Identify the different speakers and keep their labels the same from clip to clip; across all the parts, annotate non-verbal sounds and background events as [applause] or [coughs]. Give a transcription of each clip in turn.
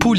Speaker 1: Pool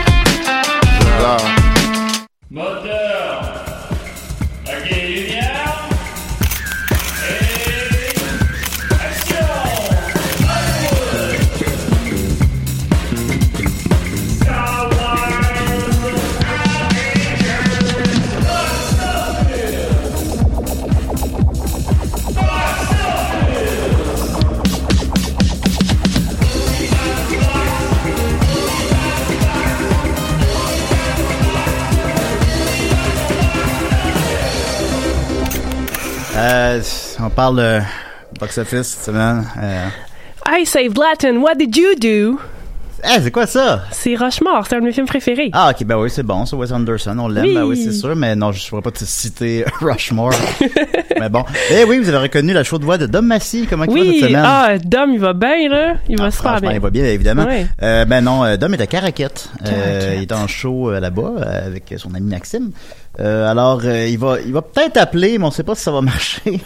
Speaker 2: Moteur Ok, lumière Et... Action
Speaker 3: Euh, on parle de box-office cette semaine. Euh,
Speaker 4: I saved Latin, what did you do?
Speaker 3: hey, Eh, c'est quoi ça?
Speaker 4: C'est Rochemort, c'est un de mes films préférés.
Speaker 3: Ah, ok, ben oui, c'est bon, c'est Wes Anderson, on l'aime,
Speaker 4: Oui.
Speaker 3: ben oui, c'est sûr, mais non, je ne pourrais pas te citer [laughs] Rushmore. mais bon. Eh oui, vous avez reconnu la chaude voix de Dom Massy, comment il va cette
Speaker 4: oui,
Speaker 3: semaine? Ah,
Speaker 4: ah, Dom, il va bien, là. Il va se
Speaker 3: Franchement,
Speaker 4: faire bien.
Speaker 3: il va bien, évidemment.
Speaker 4: Ouais.
Speaker 3: Euh, ben non, euh, Dom est à Caraquette. Euh,
Speaker 4: Caraquette.
Speaker 3: il est en show euh, là-bas euh, avec son ami Maxime. Euh, alors, euh, il va, il va peut-être appeler, mais on sait pas si ça va [laughs] marcher.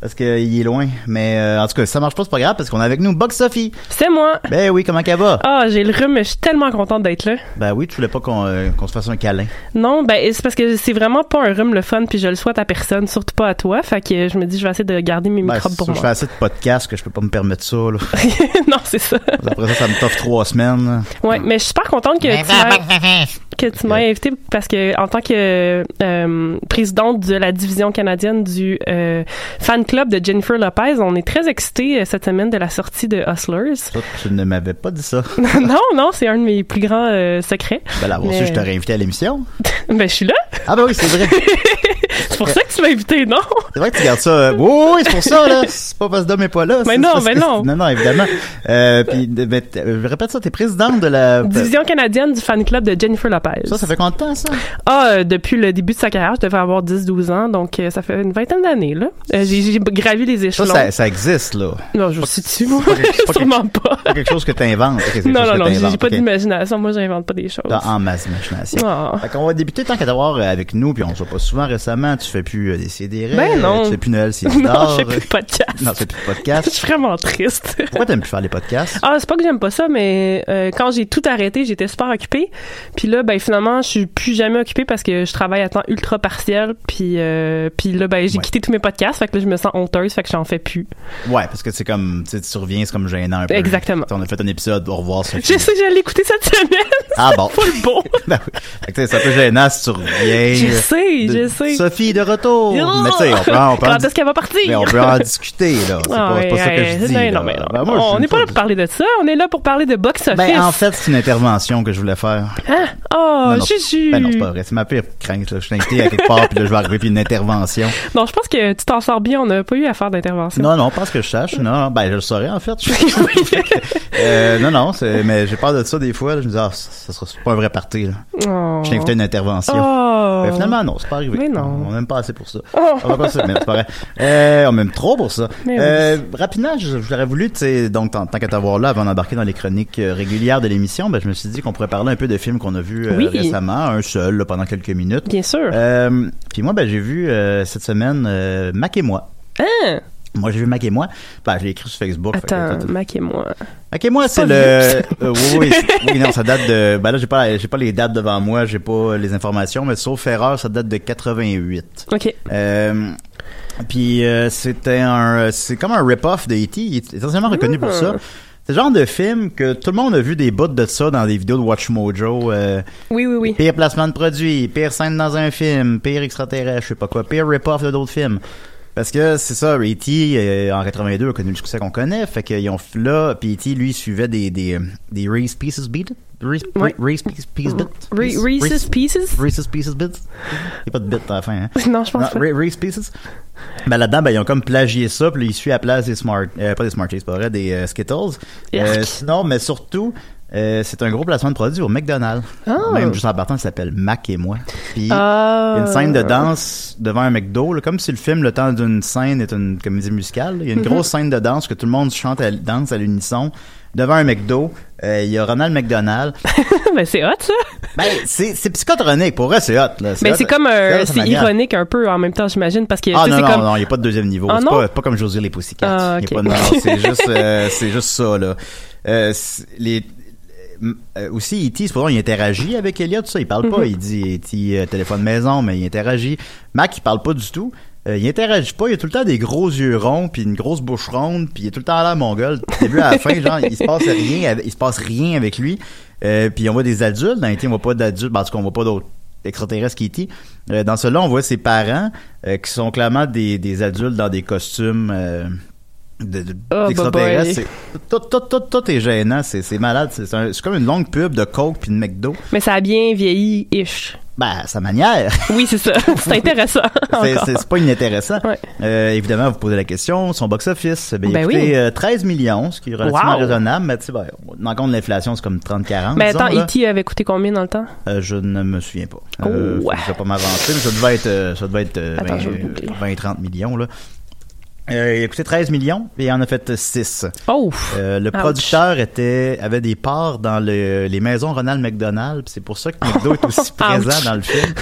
Speaker 3: parce qu'il est loin. Mais euh, en tout cas, si ça marche pas, c'est pas grave, parce qu'on a avec nous Box Sophie.
Speaker 4: C'est moi.
Speaker 3: Ben oui, comment qu'elle va?
Speaker 4: Ah, j'ai le rhume, mais je suis tellement contente d'être là.
Speaker 3: Ben oui, tu voulais pas qu'on euh, qu'on se fasse un câlin.
Speaker 4: Non, ben, c'est parce que c'est vraiment pas un rhume le fun, puis je le souhaite à personne, surtout pas à toi. Fait que je me dis, je vais essayer de garder mes
Speaker 3: Ben,
Speaker 4: microbes
Speaker 3: c'est
Speaker 4: pour
Speaker 3: sûr, je fais
Speaker 4: moi.
Speaker 3: assez de podcasts que je peux pas me permettre ça. Là. [laughs]
Speaker 4: [laughs] non, c'est ça.
Speaker 3: Après ça, ça me toffe trois semaines. là.
Speaker 4: Ouais, mais je suis super contente que tu m'aies, que tu m'aies invité parce que en tant que euh, présidente de la division canadienne du euh, fan club de Jennifer Lopez, on est très excités euh, cette semaine de la sortie de
Speaker 3: [laughs]
Speaker 4: Hustlers. [laughs]
Speaker 3: Ça, tu ne m'avais pas dit ça.
Speaker 4: non, non, c'est un de mes plus grands euh, secrets. [laughs]
Speaker 3: Ben là,
Speaker 4: Mais-
Speaker 3: aussi, je t'aurais invité à l'émission.
Speaker 4: Ben je suis là.
Speaker 3: Ah ben oui, c'est vrai.
Speaker 4: C'est pour ça que tu m'as invité, non
Speaker 3: C'est vrai que tu gardes ça. euh, Oui, oui, c'est pour ça, là. C'est pas parce que Dom n'est pas là.
Speaker 4: Mais
Speaker 3: c'est
Speaker 4: non,
Speaker 3: parce
Speaker 4: mais
Speaker 3: que-
Speaker 4: non.
Speaker 3: Non, non, évidemment. Euh, puis, de- ben, t- euh, je répète ça, t'es présidente de la.
Speaker 4: Division canadienne du fan club de Jennifer Lopez.
Speaker 3: Ben. Ça, ça fait combien de temps, ça?
Speaker 4: Ah, euh, depuis le début de sa carrière, je devais avoir 10-12 ans, donc euh, ça fait une vingtaine d'années, là. Euh, j'ai, j'ai gravi les
Speaker 3: Ça,
Speaker 4: échelons.
Speaker 3: ça, ça existe, là.
Speaker 4: Non, je suis dessus, moi.
Speaker 3: pas
Speaker 4: [laughs]
Speaker 3: quelque- c'est pas
Speaker 4: Sûrement pas.
Speaker 3: C'est pas quelque chose que t'inventes. Ok, c'est quelque
Speaker 4: Non,
Speaker 3: chose
Speaker 4: non,
Speaker 3: que
Speaker 4: non, j'ai
Speaker 3: t'inventes,
Speaker 4: j'ai pas
Speaker 3: ok.
Speaker 4: d'imagination. Moi, j'invente pas des choses.
Speaker 3: T'as en masse d'imagination.
Speaker 4: Ah.
Speaker 3: Fait qu'on va débuter tant qu'à t'avoir euh, avec nous, puis on se voit pas souvent récemment. Tu fais plus euh, des CDR.
Speaker 4: Ben non.
Speaker 3: Tu fais plus Noël, c'est
Speaker 4: [laughs] Non,
Speaker 3: bizarre.
Speaker 4: je fais plus de podcast.
Speaker 3: Non, tu fais plus de
Speaker 4: Je
Speaker 3: podcast.
Speaker 4: suis vraiment triste.
Speaker 3: Ah. Pourquoi t'aimes plus faire les podcasts?
Speaker 4: [laughs] Ah, c'est pas que j'aime pas ça, mais euh, quand j'ai tout arrêté, j'étais super occupée. Puis là, ben finalement, je suis plus jamais occupée parce que je travaille à temps ultra partiel. Puis, euh, puis là, ben j'ai
Speaker 3: Ouais.
Speaker 4: quitté tous mes podcasts, fait que là, je me sens honteuse, fait que j'en fais plus.
Speaker 3: Ouais, parce que c'est comme, tu sais, tu reviens, c'est comme gênant un peu.
Speaker 4: Ah. Exactement.
Speaker 3: Tu sais, On a fait un épisode, au revoir, Sophie.
Speaker 4: Je sais que j'allais l'écouter cette semaine. [laughs]
Speaker 3: Ah bon.
Speaker 4: Pas le beau.
Speaker 3: [laughs] Ben oui. Fait que, tu sais, c'est un peu gênant si tu reviens.
Speaker 4: Je sais,
Speaker 3: euh, De-
Speaker 4: je sais.
Speaker 3: Sophie de retour.
Speaker 4: Oh!
Speaker 3: Mais tu sais, on peut,
Speaker 4: [laughs]
Speaker 3: on peut en,
Speaker 4: Quand est-ce qu'elle va partir?
Speaker 3: mais on peut en discuter, là. C'est
Speaker 4: Ah,
Speaker 3: pas, c'est pas ça que
Speaker 4: ouais,
Speaker 3: je dis.
Speaker 4: ouais,
Speaker 3: là.
Speaker 4: non, mais non.
Speaker 3: Ben, moi, je
Speaker 4: on
Speaker 3: suis
Speaker 4: n'est pas là
Speaker 3: une
Speaker 4: pour parler de ça, on est là pour parler de box-office.
Speaker 3: Ben, en fait, c'est une intervention que je voulais faire.
Speaker 4: oh,
Speaker 3: non, non.
Speaker 4: Juju!
Speaker 3: Ben non, c'est pas vrai. C'est ma pire crainte prank. Là. Je suis invité à quelque part, puis là, je vais arriver, puis une intervention.
Speaker 4: Non, je pense que tu t'en sors bien. On n'a pas eu à faire d'intervention.
Speaker 3: Non, non, pas ce que je sache. Non, non, ben, je le saurais, en fait. [laughs] Fait que, euh, non, non, c'est- mais j'ai peur de ça des fois. là. je me dis, ah, ça, ça sera c'est pas un vrai party. Là.
Speaker 4: Oh.
Speaker 3: Je suis invité à une intervention.
Speaker 4: Oh.
Speaker 3: Ben, finalement, non, c'est pas arrivé.
Speaker 4: Mais non.
Speaker 3: On n'aime pas assez pour ça.
Speaker 4: Oh.
Speaker 3: On va pas se mais c'est pas vrai. Euh, on m'aime trop pour ça.
Speaker 4: Mais
Speaker 3: Euh, rapidement, je- j'aurais voulu, tu sais, donc, tant, tant qu'à t'avoir là, avant d'embarquer dans les chroniques euh, régulières de l'émission, ben, je me suis dit qu'on pourrait parler un peu de films qu'on a vus euh,
Speaker 4: Oui.
Speaker 3: récemment, un seul, là, pendant quelques minutes.
Speaker 4: Bien sûr.
Speaker 3: Euh, puis moi, ben, j'ai vu euh, cette semaine euh, Mac et moi.
Speaker 4: Hein?
Speaker 3: Moi, j'ai vu Mac et moi. Ben, je l'ai écrit sur Facebook. fait que
Speaker 4: Attends,
Speaker 3: t'as-
Speaker 4: Mac et moi.
Speaker 3: Ok, moi, c'est
Speaker 4: pas
Speaker 3: le.
Speaker 4: vieux,
Speaker 3: Euh, oui, oui, c'est- oui, non, ça date de. Ben là, j'ai pas, j'ai pas les dates devant moi, j'ai pas les informations, mais sauf erreur, ça date de 88.
Speaker 4: OK.
Speaker 3: Euh, puis euh, c'était un, c'est comme un rip-off de E.T. Il est essentiellement reconnu
Speaker 4: Ah.
Speaker 3: pour ça. C'est le genre de film que tout le monde a vu des bouts de ça dans des vidéos de Watch Mojo. euh,
Speaker 4: Oui, oui, oui.
Speaker 3: Pire placement de produit, pire scène dans un film, pire extraterrestre, je sais pas quoi, pire rip-off de d'autres films. Parce que c'est ça, E.T. euh, en 82 a connu le succès qu'on connaît, fait qu'ils ont f- là, puis E.T. lui suivait des des euh, des Reese Pieces Beat, Reese,
Speaker 4: Ouais.
Speaker 3: Reese Pieces, Pieces Bit,
Speaker 4: Re- Reese's Pieces?
Speaker 3: Reese's Pieces Bits. Il n'y a pas de bit à la fin, hein?
Speaker 4: [laughs] Non, je pense pas.
Speaker 3: Re- Reese's Pieces. Ben là-dedans, ben, ils ont comme plagié ça, puis là, ils suivent à la place des Smart... euh, pas des Smarties, c'est pas vrai, des euh, Skittles. Euh,
Speaker 4: Yuck.
Speaker 3: sinon, mais surtout, euh, c'est un gros placement de produit au McDonald's.
Speaker 4: Oh.
Speaker 3: Même juste en partant, ça s'appelle Mac et moi. Puis,
Speaker 4: Ah.
Speaker 3: il y a une scène de danse devant un McDo, là, comme si le film, le temps d'une scène, est une comédie musicale. là. Il y a une
Speaker 4: Mm-hmm.
Speaker 3: grosse scène de danse que tout le monde chante à, danse à l'unisson devant un McDo. Euh, Il y a Ronald McDonald.
Speaker 4: [laughs] ben, c'est hot, ça.
Speaker 3: Ben, c'est c'est psychotronique. Pour vrai, c'est hot. Là.
Speaker 4: Ben,
Speaker 3: hot. hein.
Speaker 4: c'est comme
Speaker 3: C'est hot,
Speaker 4: un.
Speaker 3: sa
Speaker 4: C'est
Speaker 3: manière.
Speaker 4: ironique un peu en même temps, j'imagine, parce que tu
Speaker 3: Ah
Speaker 4: sais,
Speaker 3: non,
Speaker 4: c'est
Speaker 3: non,
Speaker 4: comme.
Speaker 3: non, il n'y a pas de deuxième niveau.
Speaker 4: Ah
Speaker 3: c'est
Speaker 4: non?
Speaker 3: pas, pas comme José les Pussycats.
Speaker 4: Ah,
Speaker 3: Il y a pas
Speaker 4: ok.
Speaker 3: de- non,
Speaker 4: [laughs]
Speaker 3: c'est juste, euh, c'est juste ça, là. Euh, c'est- les, euh, aussi, E.T., c'est pour ça qu'il interagit avec Elliot, tout ça. Il parle
Speaker 4: Mhm.
Speaker 3: pas. Il dit E.T. euh, téléphone maison, mais il interagit. Mac, il parle pas du tout. Euh, il interagit pas. Il a tout le temps des gros yeux ronds, puis une grosse bouche ronde, puis il est tout le temps là, mon gars. Du début à la fin, genre, il se passe rien, avec- il se passe rien avec lui. Euh, puis on voit des adultes. Dans E.T., on voit pas d'adultes, ben, parce qu'on voit pas d'autres extraterrestres qui E.T. Euh, dans celui-là, on voit ses parents, euh, qui sont clairement des, des adultes dans des costumes euh, de, de-
Speaker 4: Oh,
Speaker 3: d'extraterrestres.
Speaker 4: boy.
Speaker 3: C'est- tout, tout, tout, tout est gênant, c'est c'est malade. C'est c'est un- c'est comme une longue pub de Coke puis de McDo.
Speaker 4: Mais ça a bien vieilli-ish.
Speaker 3: Ben, à sa
Speaker 4: [laughs]
Speaker 3: manière.
Speaker 4: Oui, c'est ça.
Speaker 3: [laughs]
Speaker 4: c'est intéressant.
Speaker 3: C'est-
Speaker 4: encore.
Speaker 3: C'est c'est pas inintéressant.
Speaker 4: Ouais.
Speaker 3: Euh, évidemment, vous posez la question, son box-office, ben, il a
Speaker 4: Ben
Speaker 3: coûté
Speaker 4: oui.
Speaker 3: euh, 13 millions, ce qui est relativement
Speaker 4: Wow.
Speaker 3: raisonnable, mais tu sais, ben, on en compte l'inflation, c'est comme 30-40.
Speaker 4: Mais
Speaker 3: disons,
Speaker 4: Ben, attends,
Speaker 3: là.
Speaker 4: E.T. avait coûté combien dans le temps?
Speaker 3: Euh, je ne me souviens pas. Euh,
Speaker 4: Oh.
Speaker 3: faut que Je vais pas m'avancer, mais ça devait être, euh, ça devait être euh,
Speaker 4: Attends, je vais le
Speaker 3: 20,
Speaker 4: googler.
Speaker 3: 30 millions. Là. Euh, il a coûté 13 millions et il en a fait 6.
Speaker 4: Oh!
Speaker 3: Euh, le
Speaker 4: Ouch.
Speaker 3: producteur était, avait des parts dans le- les maisons Ronald McDonald. puis C'est pour ça que McDo est aussi présent
Speaker 4: [laughs] Ouch.
Speaker 3: dans le film.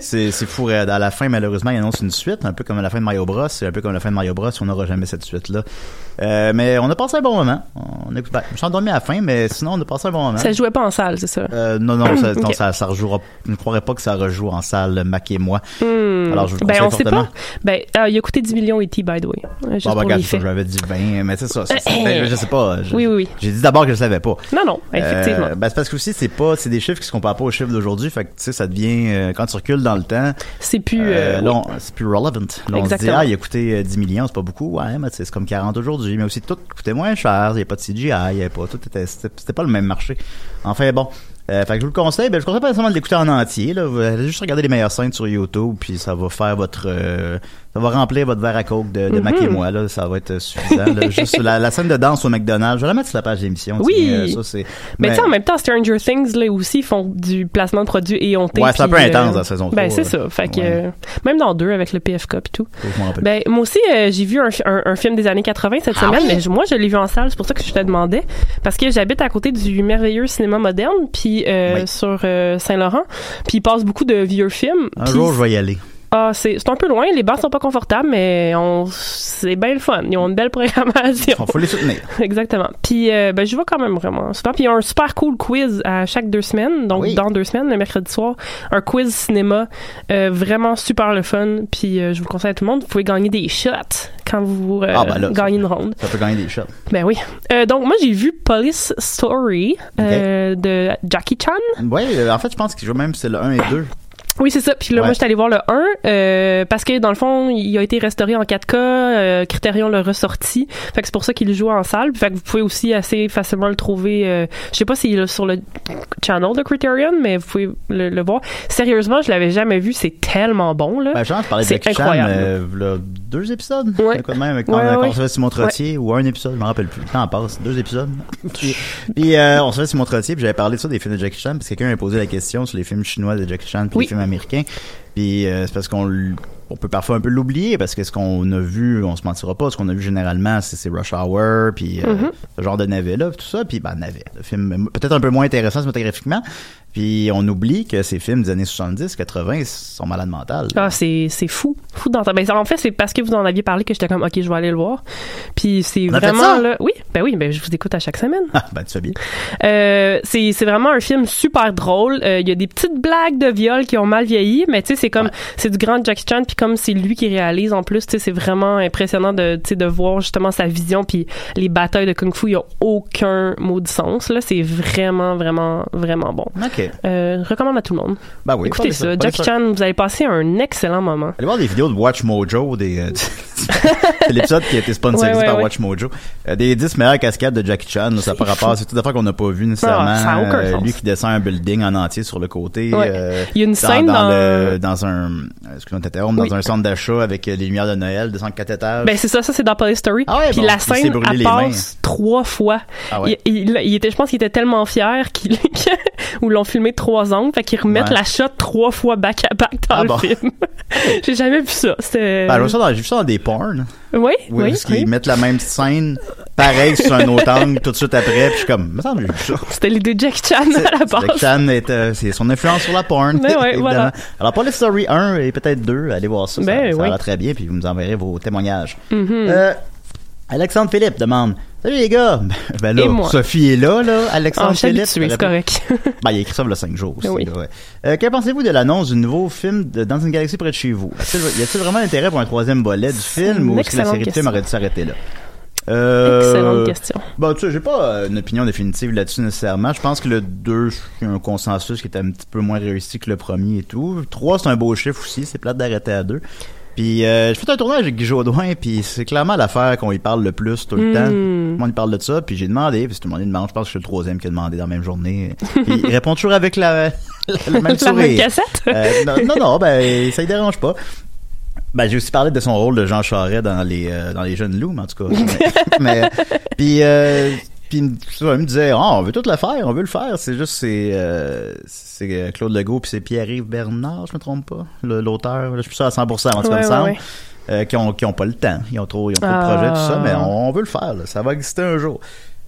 Speaker 3: C'est c'est fou. raide. À la fin, malheureusement, il annonce une suite, un peu comme à la fin de Mario Bros. C'est un peu comme la fin de Mario Bros. On n'aura jamais cette suite-là. Euh, mais on a passé un bon moment. On a, ben, je suis endormi à la fin, mais sinon, on a passé un bon moment.
Speaker 4: Ça se jouait pas en salle, c'est ça?
Speaker 3: Euh, non, non, ça, non,
Speaker 4: Ok.
Speaker 3: ça, ça rejouera. Je ne croirais pas que ça rejoue en salle, Mac et moi.
Speaker 4: Hmm.
Speaker 3: Alors, je vous le
Speaker 4: ben, on
Speaker 3: conseille
Speaker 4: sait
Speaker 3: fortement.
Speaker 4: pas. Ben, euh, il a coûté 10 millions E.T., by the way. Euh, Juste
Speaker 3: Bon, ben,
Speaker 4: pour
Speaker 3: regarde,
Speaker 4: les faits.
Speaker 3: j'avais dit 20, mais c'est ça. c'est-
Speaker 4: [clears throat] Eh, eh.
Speaker 3: ben, je sais pas. je-
Speaker 4: Oui, oui, oui.
Speaker 3: J'ai dit d'abord que je savais pas.
Speaker 4: Non, non, effectivement.
Speaker 3: Euh, ben, c'est parce que aussi, c'est pas, c'est des chiffres qui se comparent pas aux chiffres d'aujourd'hui. Fait que, tu sais, ça devient, euh, quand tu recules dans le temps,
Speaker 4: c'est plus.
Speaker 3: euh,
Speaker 4: euh,
Speaker 3: là, on- c'est plus relevant. Là, on se dit,
Speaker 4: Exactement.
Speaker 3: ah, il a coûté euh, 10 millions, c'est pas beaucoup. Ouais, mais tu sais, c'est comme 40 aujourd'hui. Mais aussi, tout coûtait moins cher. Il n'y a pas de CGI, il y avait pas, tout était, c'était c'était pas le même marché. Enfin, bon. Euh, fait que je vous le conseille, ben, je conseille pas nécessairement de l'écouter en entier, là. Vous allez juste regarder les meilleures scènes sur YouTube, puis ça va faire votre, euh, ça va remplir votre verre à coke de, de
Speaker 4: Mm-hmm.
Speaker 3: Mac et moi, là. Ça va être euh, suffisant,
Speaker 4: [laughs]
Speaker 3: là. Juste la, la scène de danse au McDonald's. Je vais la mettre sur la page d'émission.
Speaker 4: Oui.
Speaker 3: tiens, euh, ça, c'est, mais-
Speaker 4: Mais, tu sais, en même temps, Stranger Things, là aussi, font du placement de produits et ont
Speaker 3: Ouais, c'est un peu intense, la saison
Speaker 4: Ben,
Speaker 3: trois,
Speaker 4: c'est
Speaker 3: là.
Speaker 4: ça. Fait que,
Speaker 3: Ouais.
Speaker 4: euh, même dans deux, avec le PFK et tout.
Speaker 3: Je m'en rappelle.
Speaker 4: Ben, moi aussi, euh, j'ai vu un, fi- un- un film des années 80 cette
Speaker 3: Ah
Speaker 4: semaine, mais je- moi, je l'ai vu en salle, c'est pour ça que je te demandais. Parce que j'habite à côté du merveilleux cinéma moderne, puis euh,
Speaker 3: Oui.
Speaker 4: sur euh, Saint-Laurent, puis il passe beaucoup de vieux films.
Speaker 3: Un
Speaker 4: puis-
Speaker 3: jour, je vais y
Speaker 4: [laughs]
Speaker 3: aller.
Speaker 4: Ah, c'est c'est un peu loin, les bars sont pas confortables, mais on c'est bien le fun. Ils ont une belle programmation.
Speaker 3: Faut les soutenir.
Speaker 4: [laughs] Exactement. Puis euh, ben, je vais quand même vraiment souvent. Puis il y a un super cool quiz à chaque deux semaines, donc
Speaker 3: Oui.
Speaker 4: dans deux semaines, le mercredi soir, un quiz cinéma euh, vraiment super le fun. Puis euh, je vous le conseille à tout le monde. Vous pouvez gagner des shots quand vous euh,
Speaker 3: Ah, ben là, ça-
Speaker 4: gagnez une ronde.
Speaker 3: Ça peut gagner des shots.
Speaker 4: Ben oui. Euh, donc moi j'ai vu Police Story euh, de Jackie Chan.
Speaker 3: Oui, en fait, je pense que je- même c'est le 1 et 2.
Speaker 4: Oui, c'est ça. Puis là, moi,
Speaker 3: Ouais.
Speaker 4: j'étais allée voir le 1 euh, parce que, dans le fond, il a été restauré en 4K. euh, Criterion l'a ressorti. Fait que c'est pour ça qu'il le joue en salle. Puis Fait que vous pouvez aussi assez facilement le trouver. euh, je sais pas s'il est sur le channel de Criterion, mais vous pouvez le, le voir. Sérieusement, je l'avais jamais vu. C'est tellement bon, là.
Speaker 3: Ben, je pense que je parlais de
Speaker 4: C'est
Speaker 3: Jackie Chan
Speaker 4: incroyable.
Speaker 3: euh, v'là deux épisodes.
Speaker 4: Ouais.
Speaker 3: de quoi de même, avec
Speaker 4: Ouais, ouais,
Speaker 3: on
Speaker 4: ouais.
Speaker 3: se fait Simon Trottier ou un épisode, je me rappelle plus. Le temps passe, deux épisodes. [laughs] puis euh, on se fait Simon Trottier, puis j'avais parlé de ça des films de Jackie Chan, parce que quelqu'un a posé la question sur les films chinois de Jackie Chan puis
Speaker 4: Oui.
Speaker 3: les films américains. Puis euh, c'est parce qu'on l- on peut parfois un peu l'oublier parce que ce qu'on a vu, on se mentira pas, ce qu'on a vu généralement, c'est c'est Rush Hour, puis euh,
Speaker 4: Mm-hmm.
Speaker 3: ce genre de navet là, puis tout ça, puis ben navet, le film peut-être un peu moins intéressant cinématographiquement, puis on oublie que ces films des années 70, 80 sont malades mentales.
Speaker 4: Ah, c'est c'est fou. Fou d'entendre. Ben, ça, en fait, c'est parce que vous en aviez parlé que j'étais comme, OK, je vais aller le voir. Puis c'est
Speaker 3: On a fait
Speaker 4: vraiment,
Speaker 3: ça?
Speaker 4: là. Oui, ben oui, ben je vous écoute à chaque semaine.
Speaker 3: [laughs] Ah, ben tu fais bien.
Speaker 4: Euh, c'est c'est vraiment un film super drôle. Euh, Il y a des petites blagues de viol qui ont mal vieilli, mais tu sais, c'est comme c'est du grand Jackie Chan, puis comme c'est lui qui réalise en plus, tu sais, c'est vraiment impressionnant de tu sais de voir justement sa vision, puis les batailles de kung-fu, il y a aucun mot de sens. Là, c'est vraiment, vraiment, vraiment bon.
Speaker 3: OK.
Speaker 4: Euh, je recommande à tout le monde.
Speaker 3: Ben oui.
Speaker 4: Écoutez
Speaker 3: parlez
Speaker 4: ça,
Speaker 3: parlez
Speaker 4: Jackie Chan, vous allez passer un excellent moment.
Speaker 3: Allez voir des vidéos de Watch Mojo. Des, euh, [laughs] c'est l'épisode qui a été sponsorisé
Speaker 4: Ouais, ouais,
Speaker 3: par
Speaker 4: ouais.
Speaker 3: Watch Mojo. Euh, des 10 meilleures cascades de Jackie Chan. là, ça par rapport, c'est tout à fait qu'on n'a pas vu nécessairement. Euh,
Speaker 4: Non, Ah, ça a aucun sens.
Speaker 3: lui qui descend un building en entier sur le côté.
Speaker 4: Ouais.
Speaker 3: euh,
Speaker 4: Il y a une scène dans-
Speaker 3: le- dans un, euh, excuse-moi de t'interrompre,
Speaker 4: Oui.
Speaker 3: dans un centre d'achat avec euh, les lumières de Noël, descend de quatre étages.
Speaker 4: Ben c'est ça, ça c'est dans Police Story.
Speaker 3: Ah ouais,
Speaker 4: Puis
Speaker 3: bon,
Speaker 4: la
Speaker 3: il s'est
Speaker 4: scène,
Speaker 3: brûlé
Speaker 4: elle
Speaker 3: les mains. hein.
Speaker 4: passe trois fois.
Speaker 3: Ah ouais.
Speaker 4: il, il- il était, je pense qu'il était tellement fier qu'il, [laughs] ou l'ont filmé trois angles, fait qu'ils remettent
Speaker 3: Ouais.
Speaker 4: la shot trois fois back à back dans
Speaker 3: Ah
Speaker 4: le
Speaker 3: bon.
Speaker 4: film. [laughs] J'ai jamais vu ça. C'était. euh,
Speaker 3: Ben, j'ai vu ça dans- j'ai vu ça dans des porns.
Speaker 4: oui,
Speaker 3: Oui,
Speaker 4: oui,
Speaker 3: parce qu'ils
Speaker 4: oui.
Speaker 3: mettent la même scène, pareil, sur un autre angle, tout de suite après. Puis je suis comme, me semble que j'ai vu ça.
Speaker 4: C'était l'idée de Jackie Chan [laughs] à la
Speaker 3: Jack
Speaker 4: base.
Speaker 3: Chan est, euh, c'est son influence sur la porn.
Speaker 4: Ben ouais,
Speaker 3: évidemment.
Speaker 4: voilà.
Speaker 3: Alors, pour les story 1 et peut-être 2, allez voir ça.
Speaker 4: Ben
Speaker 3: ça ça
Speaker 4: oui. Mm-hmm.
Speaker 3: va très bien, puis vous nous enverrez vos témoignages. Euh, Alexandre Philippe demande Salut les gars Ben là,
Speaker 4: Et moi.
Speaker 3: Sophie est là, là. Alexandre
Speaker 4: Ah, je suis
Speaker 3: Philippe.
Speaker 4: habituée, c'est correct. [laughs]
Speaker 3: Ben, il a écrit ça le 5 jours aussi.
Speaker 4: Ben oui.
Speaker 3: là, ouais. Euh, que pensez-vous de l'annonce du nouveau film de Dans une galaxie près de chez vous Est-il- Y a-t-il vraiment intérêt pour un troisième volet du film
Speaker 4: une
Speaker 3: ou est-ce que la série
Speaker 4: excellente
Speaker 3: de films
Speaker 4: question.
Speaker 3: aurait dû s'arrêter là Euh,
Speaker 4: Excellente question.
Speaker 3: bah, tu sais, j'ai pas euh, une opinion définitive là-dessus nécessairement. Je pense que le 2, c'est un consensus qui est un petit peu moins réussi que le premier et tout. 3, c'est un beau chiffre aussi. C'est plate d'arrêter à 2. Puis, euh, je fais un tournage avec Guy Jodoin, puis c'est clairement l'affaire qu'on y parle le plus tout le
Speaker 4: Hmm.
Speaker 3: temps. Tout le monde y parle de ça, puis j'ai demandé, puis tout le monde y demande. Je pense que je suis le troisième qui a demandé dans la même journée. Puis, il répond toujours avec la, [laughs] le même
Speaker 4: [laughs] La même
Speaker 3: sourire.
Speaker 4: cassette.
Speaker 3: Euh, non, non, non, ben, ça ne dérange pas. Ben, j'ai aussi parlé de son rôle de Jean Charest dans les, euh, dans les Jeunes Loups, mais en
Speaker 4: [laughs]
Speaker 3: tout cas. Mais, mais, puis, euh, puis il me- tu vois, il me disait, Ah, on veut tout le faire, on veut le faire. C'est juste, c'est, euh, c'est euh, Claude Legault puis c'est Pierre-Yves Bernard, je me trompe pas, le- l'auteur. là, Je suis sûr à 100%, en tout cas,
Speaker 4: Ouais,
Speaker 3: il me
Speaker 4: ouais,
Speaker 3: semble.
Speaker 4: ouais.
Speaker 3: euh, qui ont, qui ont pas le temps. Ils ont trop, ils ont trop de
Speaker 4: Ah.
Speaker 3: projets, tout ça, mais on, on veut le faire, là. Ça va exister un jour.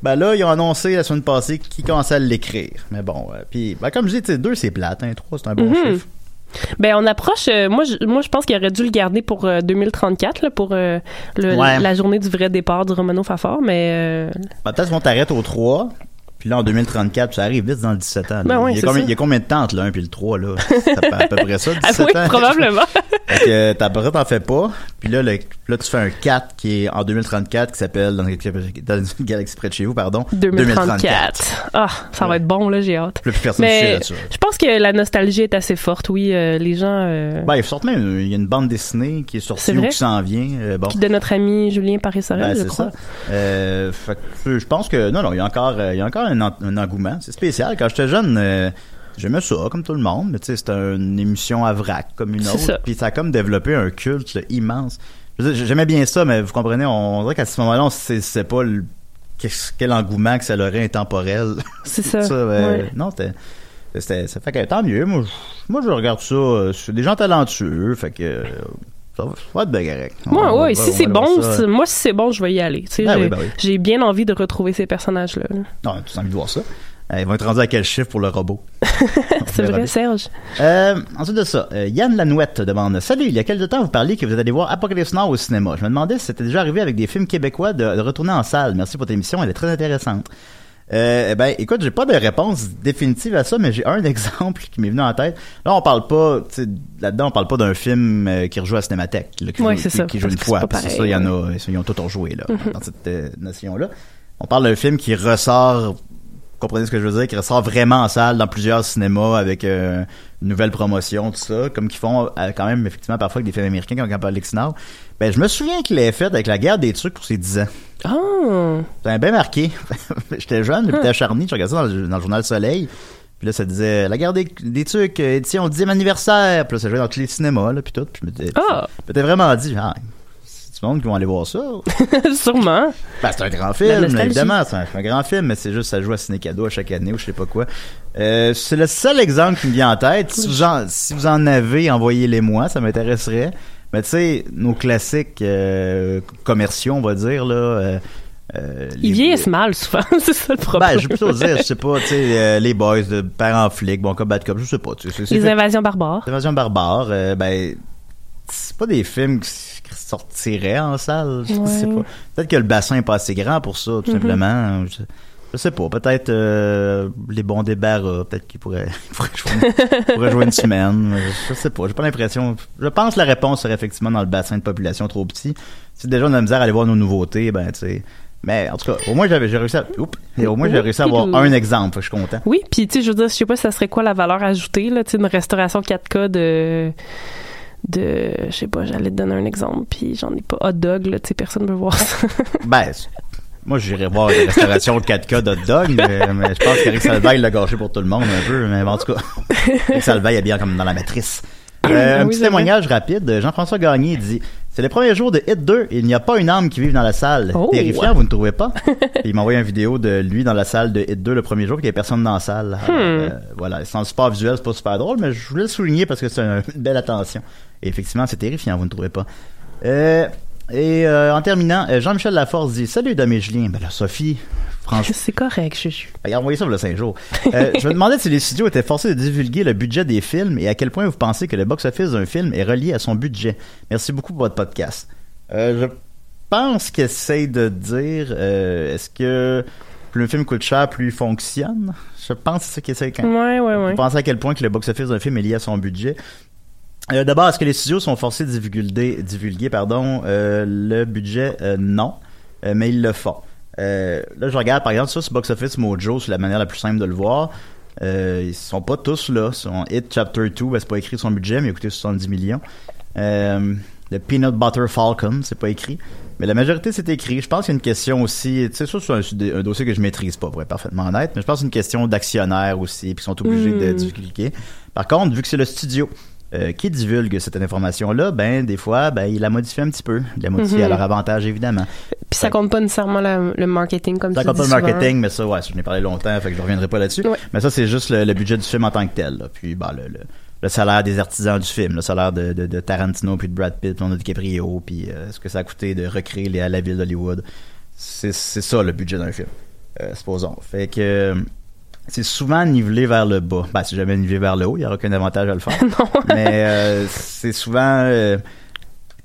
Speaker 3: Ben là, ils ont annoncé la semaine passée qu'ils commençaient à l'écrire. Mais bon, euh, puis, ben, comme je dis, tu sais, deux, c'est plate, hein. Trois, c'est un
Speaker 4: Mhm.
Speaker 3: bon chiffre.
Speaker 4: Ben on approche. euh, moi, je, moi, je pense qu'il aurait dû le garder pour euh, 2034, là, pour euh, le-
Speaker 3: Ouais.
Speaker 4: la journée du vrai départ du Romano Fafard, mais. euh,
Speaker 3: Ben, peut-être qu'on t'arrête au 3. Puis là, en 2034, ça arrive vite dans le 17 ans. là.
Speaker 4: Ben oui,
Speaker 3: il, y a
Speaker 4: c'est
Speaker 3: combien,
Speaker 4: ça.
Speaker 3: il y a combien de temps entre le 1 puis le 3, là? Ça fait à peu près
Speaker 4: [laughs]
Speaker 3: ça, 17
Speaker 4: Ah oui,
Speaker 3: ans. [laughs]
Speaker 4: probablement.
Speaker 3: Fait que t'as pas t'en fais pas. Puis là, le- là, tu fais un 4 qui est en 2034 qui s'appelle dans, dans une [laughs] galaxie près de chez vous, pardon.
Speaker 4: 2034. Ah, ça va être bon, là, j'ai hâte.
Speaker 3: Plus personne ne sait
Speaker 4: Mais
Speaker 3: là-dessus.
Speaker 4: je pense que la nostalgie est assez forte, oui. euh, les gens. euh,
Speaker 3: Ben, ils sortent même, il y a une bande dessinée qui est sortie
Speaker 4: C'est
Speaker 3: ou
Speaker 4: vrai?
Speaker 3: qui s'en vient. euh, bon.
Speaker 4: puis de notre ami Julien Paris-Sorel,
Speaker 3: Ben,
Speaker 4: je
Speaker 3: c'est
Speaker 4: crois.
Speaker 3: ça. Euh, fait que je pense que non, non, il y a encore, euh, il y a encore un, en- un engouement. C'est spécial. Quand j'étais jeune, euh, j'aimais ça, comme tout le monde. Mais tu sais, c'était une émission à vrac, comme une
Speaker 4: C'est
Speaker 3: autre.
Speaker 4: ça.
Speaker 3: Puis ça a comme développé un culte là, immense. Je veux dire, J'aimais bien ça, mais vous comprenez, on, on dirait qu'à ce moment-là, on sait- c'est pas le- qu'est-ce- quel engouement que ça aurait intemporel.
Speaker 4: C'est ça.
Speaker 3: [laughs] euh,
Speaker 4: ouais.
Speaker 3: Non, c'était. c'était- ça fait que tant mieux. Moi, je, moi, je regarde ça. euh, C'est des gens talentueux. Fait que. euh, Ça va, ça va être bien correct. On-
Speaker 4: Ouais,
Speaker 3: on
Speaker 4: ouais,
Speaker 3: va- on
Speaker 4: si
Speaker 3: va
Speaker 4: c'est
Speaker 3: aller voir
Speaker 4: bon,
Speaker 3: ça.
Speaker 4: c'est- moi, si c'est bon, je vais y aller. Tu sais,
Speaker 3: Ben oui,
Speaker 4: j'ai-
Speaker 3: ben oui.
Speaker 4: J'ai bien envie de retrouver ces personnages-là. là.
Speaker 3: Non, tout envie de voir ça. Euh, ils vont être rendus à quel chiffre pour le robot?
Speaker 4: [laughs]
Speaker 3: On
Speaker 4: C'est
Speaker 3: verra
Speaker 4: vrai,
Speaker 3: bien.
Speaker 4: Serge?
Speaker 3: Euh, ensuite de ça, euh, Yann Lanouette demande Salut, il y a quelques temps, vous parliez que vous allez voir Apocalypse Now au cinéma. Je me demandais si c'était déjà arrivé avec des films québécois de, de retourner en salle. Merci pour ta émission, elle est très intéressante. Euh, eh ben, écoute, j'ai pas de réponse définitive à ça, mais j'ai un [laughs] exemple qui m'est venu en tête. Là, on parle pas, tu sais, là-dedans, on parle pas d'un film euh, qui rejoue à la Cinémathèque, là, qui,
Speaker 4: Ouais,
Speaker 3: joue,
Speaker 4: c'est
Speaker 3: qui-
Speaker 4: ça,
Speaker 3: qui joue
Speaker 4: parce
Speaker 3: une
Speaker 4: que
Speaker 3: fois.
Speaker 4: c'est pas
Speaker 3: Parce que ça, il
Speaker 4: pareil,
Speaker 3: y
Speaker 4: Mm-hmm.
Speaker 3: en a, ils ont tous rejoué, là, dans cette euh, notion-là. On parle d'un film qui ressort comprenez ce que je veux dire, qui ressort vraiment en salle dans plusieurs cinémas avec euh, une nouvelle promotion, tout ça, comme qu'ils font euh, quand même effectivement parfois avec des films américains quand on parle d'Alexinard. Ben, je me souviens qu'il l'avait fait avec La guerre des trucs pour ses 10 ans.
Speaker 4: Oh!
Speaker 3: Ça m'a bien marqué. [laughs] J'étais jeune, j'étais acharné, je regardais ça dans le, dans le journal Soleil. Puis là, ça disait La guerre des, des trucs, euh, édition 10e anniversaire. Puis là, ça jouait dans tous les cinémas, là, puis tout. Puis je me disais,
Speaker 4: Ah!
Speaker 3: je m'étais vraiment dit, ah, c'est du monde qui vont aller
Speaker 4: [laughs]
Speaker 3: voir ça.
Speaker 4: Sûrement.
Speaker 3: Ben, c'est un grand
Speaker 4: La
Speaker 3: film,
Speaker 4: nostalgie.
Speaker 3: évidemment, c'est un, c'est un grand film, mais c'est juste ça joue à ciné cadeau à chaque année ou je sais pas quoi. Euh, c'est le seul exemple qui me vient en tête. Si, vous en- si vous en avez, envoyez-les moi, ça m'intéresserait. Mais tu sais, nos classiques euh, commerciaux, on va dire là. Euh, euh, les-
Speaker 4: Ils vieillissent mal souvent, [laughs] c'est ça le problème.
Speaker 3: Ben, je peux plutôt dire, je sais pas, tu sais, euh, les boys de parents flics, bon comme bad cop, je sais pas, tu sais, c'est- c'est
Speaker 4: Les
Speaker 3: fait-
Speaker 4: invasions barbares.
Speaker 3: Invasion barbare, euh, ben c'est pas des films qui s- qui sortiraient en salle, je
Speaker 4: Ouais.
Speaker 3: sais pas. Peut-être que le bassin est pas assez grand pour ça, tout simplement. Je, je sais pas. Peut-être euh, les bons débarras, peut-être qu'ils pourraient, [laughs] ils pourraient jouer, ils pourraient jouer une semaine. euh, Je, je sais pas. J'ai pas l'impression. Je pense que la réponse serait effectivement dans le bassin de population trop petit. Si déjà on a la misère à aller voir nos nouveautés, ben tu sais. Mais en tout cas, au moins j'avais j'ai réussi à. Oups, et au moins j'ai réussi à avoir
Speaker 4: Oupidou.
Speaker 3: un exemple. Fait que je suis content.
Speaker 4: Oui, puis tu sais, je veux dire, je sais pas, ça serait quoi la valeur ajoutée, là, tu sais, une restauration 4K de. de. Je sais pas, j'allais te donner un exemple, puis j'en ai pas. Hot dog, là, tu sais, personne veut voir ça.
Speaker 3: Ben, c- moi, j'irais voir une restauration de 4K d'hot dog, mais, mais je pense qu'Eric Salveille l'a gâché pour tout le monde un peu. Mais en tout cas, [laughs] Eric Salveille est bien comme dans la matrice. Euh, un
Speaker 4: Oui,
Speaker 3: petit
Speaker 4: c'est vrai.
Speaker 3: témoignage rapide. Jean-François Gagné dit C'est le premier jour de Hit 2, il n'y a pas une âme qui vive dans la salle.
Speaker 4: Oh.
Speaker 3: Terrifiant, vous ne trouvez pas Il m'a envoyé une vidéo de lui dans la salle de Hit 2 le premier jour, puis il n'y a personne dans la salle.
Speaker 4: Hmm.
Speaker 3: Alors, euh, voilà, sans le support visuel, c'est pas super drôle, mais je voulais le souligner parce que c'est un- une belle attention. Et effectivement, c'est terrifiant, vous ne trouvez pas euh, et euh, en terminant, euh, Jean-Michel Laforce dit Salut Dom et Julien. Ben là, Sophie, franchement,
Speaker 4: [laughs] c'est correct, Juju.
Speaker 3: regarde, envoyez ça pour le 5 jours. Euh, je me demandais si les studios étaient forcés de divulguer le budget des films et à quel point vous pensez que le box-office d'un film est relié à son budget. Merci beaucoup pour votre podcast. Euh, je pense qu'il essaie de dire euh, Est-ce que plus le film coûte cher, plus il fonctionne Je pense que c'est ça qu'il essaie quand
Speaker 4: Ouais, ouais, ouais.
Speaker 3: vous pensez à quel point que le box-office d'un film est lié à son budget. Euh, D'abord, est-ce que les studios sont forcés de divulguer, divulguer pardon, euh, le budget Euh, Non, Euh, mais ils le font. Euh, là, je regarde par exemple ça sur Box Office Mojo, c'est la manière la plus simple de le voir. Euh, ils sont pas tous là. Son Hit Chapter 2, ben, c'est pas écrit sur son budget, mais il a coûté 70 millions. Euh, le Peanut Butter Falcon, c'est pas écrit. Mais la majorité, c'est écrit. Je pense qu'il y a une question aussi. Tu sais, ça, c'est un, un dossier que je maîtrise pas, pour être parfaitement honnête. Mais je pense que c'est une question d'actionnaires aussi, puis ils sont obligés de
Speaker 4: Mm.
Speaker 3: divulguer. Par contre, vu que c'est le studio. euh, qui divulgue cette information-là, ben des fois, ben il la modifie un petit peu, il la modifie à
Speaker 4: Mhm.
Speaker 3: leur avantage évidemment.
Speaker 4: Puis ça compte pas nécessairement la- le marketing comme
Speaker 3: Ça
Speaker 4: tu
Speaker 3: compte pas
Speaker 4: dis
Speaker 3: le
Speaker 4: souvent.
Speaker 3: marketing, mais ça, ouais, je n'ai parlé longtemps, fait que je reviendrai pas là-dessus.
Speaker 4: Ouais.
Speaker 3: Mais ça, c'est juste le, le budget du film en tant que tel. là. Puis, bah, le, le, le salaire des artisans du film, le salaire de, de, de Tarantino, puis de Brad Pitt, puis de DiCaprio, puis euh, ce que ça a coûté de recréer les- la ville d'Hollywood. C'est c'est ça le budget d'un film, euh, supposons. Fait que euh, c'est souvent nivelé vers le bas. Bah, si jamais nivelé vers le haut, il n'y aura aucun avantage à le faire. mais euh, c'est souvent. euh,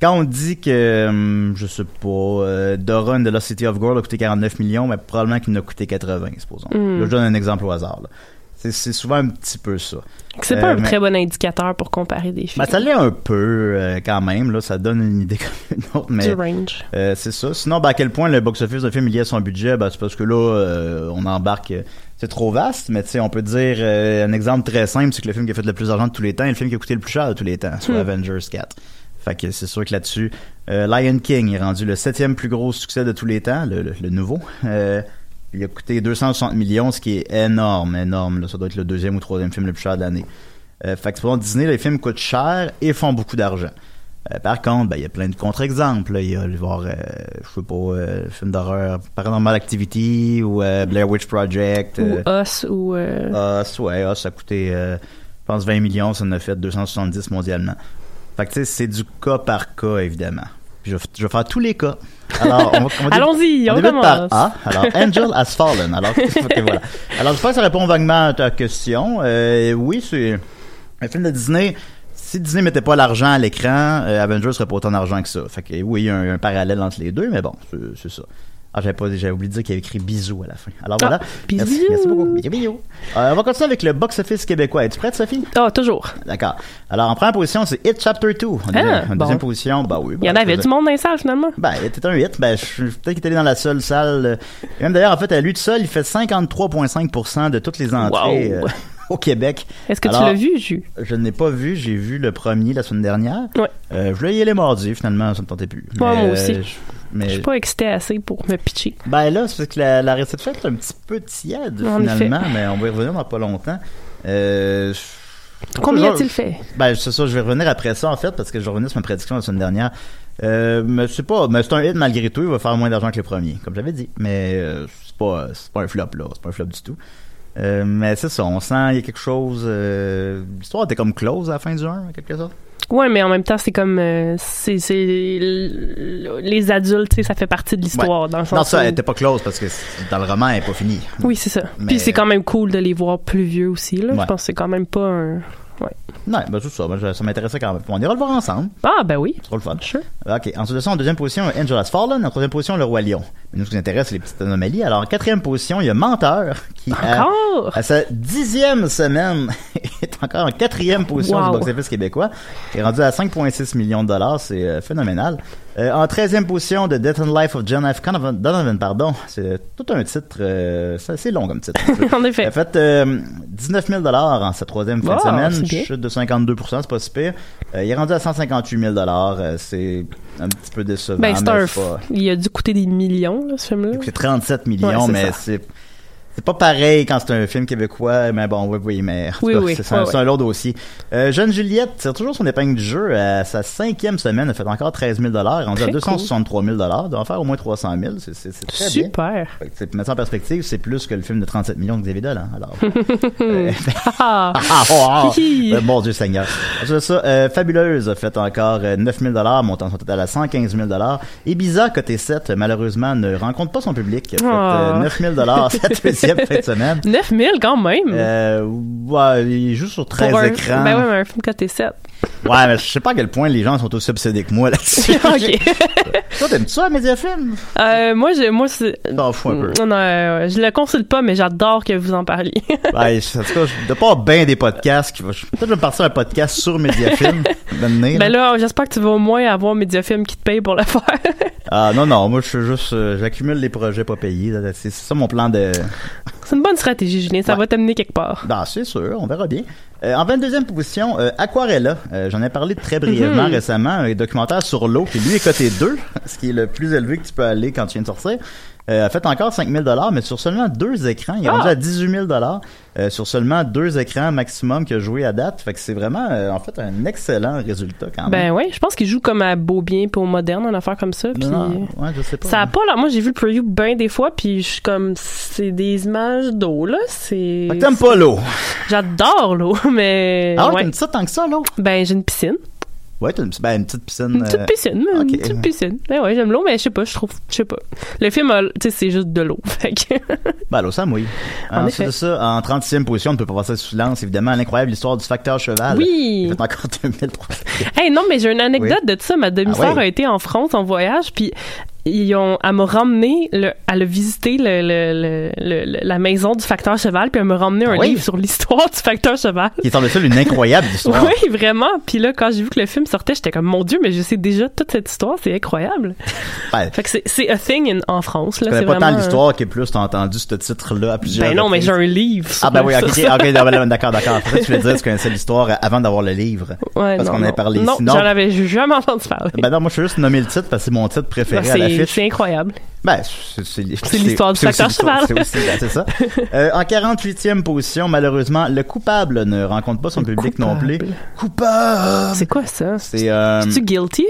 Speaker 3: quand on dit que, hum, je sais pas, euh, Dora and the Lost City of Gold a coûté 49 millions, mais probablement qu'il en a coûté 80, supposons.
Speaker 4: Mm.
Speaker 3: Là, je donne un exemple au hasard. là. C'est c'est souvent un petit peu ça.
Speaker 4: C'est pas
Speaker 3: Euh,
Speaker 4: un
Speaker 3: mais-
Speaker 4: très bon indicateur pour comparer des films.
Speaker 3: Ben, ça l'est un peu euh, quand même, là, ça donne une idée [laughs] comme une autre, mais
Speaker 4: Du range.
Speaker 3: euh, c'est ça. Sinon, ben, à quel point le box-office d'un film est lié à son budget, ben, c'est parce que là, euh, on embarque... euh, C'est trop vaste, mais tu sais, on peut dire euh, un exemple très simple, c'est que le film qui a fait le plus d'argent de tous les temps est le film qui a coûté le plus cher de tous les temps, soit Avengers 4. Fait que c'est sûr que là-dessus, euh, Lion King est rendu le septième plus gros succès de tous les temps, le, le- le nouveau. Euh, il a coûté 260 millions, ce qui est énorme, énorme. là. Ça doit être le deuxième ou troisième film le plus cher de l'année. Euh, fait que pour Disney, les films coûtent cher et font beaucoup d'argent. Euh, par contre, ben, il y a plein de contre-exemples. là. Il y a, le voir, euh, je sais pas, euh, le film d'horreur Paranormal Activity ou euh, Blair Witch Project. euh,
Speaker 4: Ou Us, ou. euh,
Speaker 3: Us, ouais, Us, ça a coûté, euh, je pense, 20 millions, ça en a fait 270 mondialement. Fait que, tu sais, c'est du cas par cas, évidemment. Puis je, vais f- je vais faire tous les cas. Alors, on, va- on va dé-
Speaker 4: Allons-y, on,
Speaker 3: débute par
Speaker 4: commence.
Speaker 3: A. Alors,
Speaker 4: [laughs]
Speaker 3: Angel has fallen. Alors, ok, voilà. Alors, j'espère que ça répond vaguement à ta question. Euh, oui, c'est un film de Disney. Si Disney mettait pas l'argent à l'écran, euh, Avengers serait pas autant d'argent que ça. Fait que oui, il y a un, un parallèle entre les deux, mais bon, c'est- c'est ça. Ah, j'avais, pas, j'avais oublié de dire qu'il avait écrit bisous à la fin. Alors
Speaker 4: Ah,
Speaker 3: voilà. Merci,
Speaker 4: bisous.
Speaker 3: merci beaucoup. Bisous, bisous. Euh, on va continuer avec le box-office québécois. Es-tu prête, Sophie?
Speaker 4: Ah, toujours.
Speaker 3: D'accord. Alors, en première position, c'est Hit Chapter 2. En, deuxième, en
Speaker 4: Ah, bon.
Speaker 3: deuxième position, bah oui.
Speaker 4: Il y en
Speaker 3: bah,
Speaker 4: avait
Speaker 3: je-
Speaker 4: du monde dans les salles, finalement.
Speaker 3: Ben, il était un hit. Ben, je suis peut-être qu'il est allé dans la seule salle. euh, et Même d'ailleurs, en fait, à lui tout seul, il fait 53,5% de toutes les entrées
Speaker 4: Wow.
Speaker 3: euh, au Québec.
Speaker 4: Est-ce que
Speaker 3: Alors,
Speaker 4: tu l'as vu, Ju?
Speaker 3: Je ne l'ai pas vu. J'ai vu le premier la semaine dernière.
Speaker 4: Ouais.
Speaker 3: Euh, je voulais y aller mardi, finalement, ça ne me tentait plus.
Speaker 4: Ouais, moi
Speaker 3: euh,
Speaker 4: aussi.
Speaker 3: je-
Speaker 4: Je
Speaker 3: mais
Speaker 4: suis pas excitée assez pour me pitcher.
Speaker 3: ben là, c'est parce que la, la réception est un petit peu tiède,
Speaker 4: En effet.
Speaker 3: finalement, mais on va y revenir dans pas longtemps. Euh, je-
Speaker 4: Combien
Speaker 3: je-
Speaker 4: a-t-il fait?
Speaker 3: ben, c'est ça, je vais revenir après ça, en fait, parce que je vais revenir sur ma prédiction la semaine dernière. Euh, mais c'est pas, mais c'est un hit malgré tout, il va faire moins d'argent que le premier, comme j'avais dit. Mais euh, c'est pas, c'est pas un flop, là, c'est pas un flop du tout. Euh, mais c'est ça, on sent, il y a quelque chose, euh, l'histoire était comme close à la fin du 1, en quelque sorte.
Speaker 4: Ouais, mais en même temps, c'est comme euh, c'est c'est l- les adultes, tu sais, ça fait partie de l'histoire dans le sens.
Speaker 3: Non, ça,
Speaker 4: où-
Speaker 3: elle était pas close, parce que c'est- dans le roman, elle est pas finie.
Speaker 4: Oui, c'est ça.
Speaker 3: Mais-
Speaker 4: Puis c'est quand même cool de les voir plus vieux aussi là.
Speaker 3: Ouais.
Speaker 4: Je pense que c'est quand même pas un
Speaker 3: Non, ben tout ça, moi, je- ça m'intéressait quand même. On ira le voir ensemble,
Speaker 4: Ah ben oui,
Speaker 3: c'est trop le fun.
Speaker 4: sure.
Speaker 3: OK. Ensuite de ça, en deuxième position, Angela's Fallen. En troisième position, Le Roi Lion. Mais nous, ce qui nous intéresse, c'est les petites anomalies. Alors, en quatrième position, il y a Menteur, qui a-
Speaker 4: Encore.
Speaker 3: à sa dixième semaine, [laughs] est encore en quatrième position
Speaker 4: Wow.
Speaker 3: du box-office québécois. est rendu à 5,6 millions de dollars. C'est euh, phénoménal. Euh, en treizième position, The Death and Life of John F. Conovan- Donovan, pardon. C'est tout un titre. euh, c'est assez long comme
Speaker 4: [laughs]
Speaker 3: titre.
Speaker 4: en
Speaker 3: Elle
Speaker 4: effet.
Speaker 3: a fait euh, 19 000 en sa troisième fin de
Speaker 4: Wow,
Speaker 3: semaine,
Speaker 4: c'est bien.
Speaker 3: chute de 52 c'est pas si pire. Euh, il est rendu à 158 000 euh, c'est un petit peu décevant.
Speaker 4: Ben c'est
Speaker 3: mais
Speaker 4: un.
Speaker 3: c'est pas-
Speaker 4: Il a dû coûter des millions là, ce film-là.
Speaker 3: C'est 37 millions,
Speaker 4: Ouais, c'est
Speaker 3: mais
Speaker 4: ça.
Speaker 3: c'est... C'est pas pareil quand c'est un film québécois, mais bon, oui, oui, mais en tout
Speaker 4: Oui,
Speaker 3: cas,
Speaker 4: oui,
Speaker 3: c'est c'est un,
Speaker 4: ouais,
Speaker 3: c'est un long dossier. Euh, Jeune Juliette tire toujours son épingle du jeu. À sa cinquième semaine, elle fait encore 13 000 rendu à
Speaker 4: Très
Speaker 3: 263 000 Elle doit en faire au moins 300 000 C'est- C'est c'est très bien.
Speaker 4: Super. [laughs]
Speaker 3: Fait que, tu sais, mettre ça en perspective, c'est plus que le film de 37 millions de Xavier Dolan. Alors, euh,
Speaker 4: Ah.
Speaker 3: ah, oh, ah,
Speaker 4: Hihi.
Speaker 3: Euh, mon Dieu Seigneur. Ensuite de ça, euh, Fabuleuse a fait encore euh, 9 000 montant son total à 115 000 Ibiza, côté 7, euh, malheureusement, ne rencontre pas son public. A fait euh,
Speaker 4: Oh.
Speaker 3: 9 000
Speaker 4: [laughs]
Speaker 3: cette deuxième fin de semaine.
Speaker 4: 9000 quand même.
Speaker 3: Euh, ouais, il joue sur 13
Speaker 4: Hmm. Pour un,
Speaker 3: écrans.
Speaker 4: Ben ouais, mais un film côté 7.
Speaker 3: Ouais, mais je sais pas à quel point les gens sont aussi obsédés que moi là-dessus.
Speaker 4: [laughs] [laughs]
Speaker 3: [laughs]
Speaker 4: ok.
Speaker 3: Toi, t'aimes ça, Mediafilm?
Speaker 4: Euh, moi, je, moi, c'est.
Speaker 3: T'en fous un peu.
Speaker 4: Non, non, euh, je le consulte pas, mais j'adore que vous
Speaker 3: [laughs]
Speaker 4: en parliez.
Speaker 3: Ouais, je- en tout cas, je- de pas bien des podcasts. qui va- je- Peut-être que je vais partir un podcast sur
Speaker 4: [laughs]
Speaker 3: Mediafilm. maintenant, là.
Speaker 4: Ben là, j'espère que tu vas au moins avoir Mediafilm qui te paye pour le faire. [laughs]
Speaker 3: Ah non, non, moi je suis juste... euh, J'accumule les projets pas payés. là. C'est c'est ça mon plan de...
Speaker 4: c'est une bonne stratégie, Julien. Ça
Speaker 3: Ouais.
Speaker 4: va t'amener quelque part.
Speaker 3: Ben, c'est sûr, on verra bien. Euh, en 22e position, euh, Aquarella. Euh, J'en ai parlé très brièvement
Speaker 4: Mhm.
Speaker 3: récemment, un documentaire sur l'eau qui lui est coté 2, [laughs] ce qui est le plus élevé que tu peux aller quand tu viens de sortir. Euh, a fait encore 5000 dollars, mais sur seulement deux écrans. Il est
Speaker 4: Ah!
Speaker 3: rendu à 18 000 dollars euh, sur seulement deux écrans maximum qu'il a joué à date. Fait que c'est vraiment, euh, en fait, un excellent résultat quand même.
Speaker 4: Ben ouais, je pense qu'il joue comme à Beaubien puis au moderne, en affaire comme ça. Puis
Speaker 3: Non, ouais, je sais pas.
Speaker 4: ça a pas l'air. Moi, j'ai vu le preview bien des fois, puis je suis comme, c'est des images d'eau là. C'est.
Speaker 3: Fait que Ah, t'aimes pas Ah l'eau.
Speaker 4: J'adore l'eau, [laughs] mais
Speaker 3: Alors,
Speaker 4: ouais.
Speaker 3: t'aimes ça tant que ça, l'eau?
Speaker 4: ben j'ai une piscine,
Speaker 3: Ouais, t'as une, ben, une petite piscine.
Speaker 4: une
Speaker 3: euh,
Speaker 4: petite piscine,
Speaker 3: ok.
Speaker 4: une petite piscine. Ben ouais, j'aime l'eau, mais je sais pas, je trouve, je sais pas. Le film, a- tu sais, c'est juste de l'eau. [laughs] Fait que
Speaker 3: Ben, l'eau, ça mouille.
Speaker 4: En
Speaker 3: Ensuite
Speaker 4: effet.
Speaker 3: de ça, en 36e position, on ne peut pas passer sous silence, évidemment, l'incroyable histoire du facteur cheval.
Speaker 4: oui.
Speaker 3: Il fait encore 2003.
Speaker 4: Hey, non, mais j'ai une anecdote de ça. Ma demi-sœur
Speaker 3: Ah ouais?
Speaker 4: a été en France en voyage, puis ils ont, elle m'a ramené, le, elle a visité le, le- le- le- le- la maison du facteur cheval, puis elle m'a ramené
Speaker 3: Ah
Speaker 4: un
Speaker 3: oui?
Speaker 4: livre sur l'histoire du facteur cheval.
Speaker 3: Qui semble-t-il une
Speaker 4: [laughs]
Speaker 3: incroyable histoire.
Speaker 4: Oui, vraiment. Puis là, quand j'ai vu que le film sortait, j'étais comme, mon Dieu, mais je sais déjà toute cette histoire, c'est incroyable.
Speaker 3: Ben,
Speaker 4: Fait que c'est- c'est a thing in- en France,
Speaker 3: je
Speaker 4: là.
Speaker 3: connais
Speaker 4: C'est
Speaker 3: pas
Speaker 4: vraiment.
Speaker 3: tant
Speaker 4: un-
Speaker 3: l'histoire qui est plus, t'as entendu ce titre-là à plusieurs
Speaker 4: Ben non, mais j'ai
Speaker 3: reprises.
Speaker 4: un livre. sur-
Speaker 3: Ah ben oui, ok,
Speaker 4: sur
Speaker 3: ok,
Speaker 4: ça.
Speaker 3: ok, non, ben, d'accord, d'accord. Peut-être que tu voulais dire que tu connaissais l'histoire avant d'avoir le livre.
Speaker 4: [laughs] Ouais,
Speaker 3: parce
Speaker 4: non,
Speaker 3: qu'on en a
Speaker 4: non.
Speaker 3: parlé
Speaker 4: Non,
Speaker 3: ici. Non.
Speaker 4: j'en avais jamais entendu parler.
Speaker 3: Ben non, moi je suis juste nommé le titre parce que c'est mon titre préféré
Speaker 4: Ben,
Speaker 3: à
Speaker 4: c'est
Speaker 3: l'affiche.
Speaker 4: c'est incroyable.
Speaker 3: Ben, c'est c'est- c'est-
Speaker 4: l'histoire du
Speaker 3: c'est aussi
Speaker 4: facteur
Speaker 3: l'histoire-
Speaker 4: cheval.
Speaker 3: C'est aussi- ben,
Speaker 4: [laughs]
Speaker 3: c'est ça. Euh, en 48e position, malheureusement, le coupable ne rencontre pas son public non plus. Coupable!
Speaker 4: C'est quoi ça?
Speaker 3: C'est euh,
Speaker 4: tu guilty?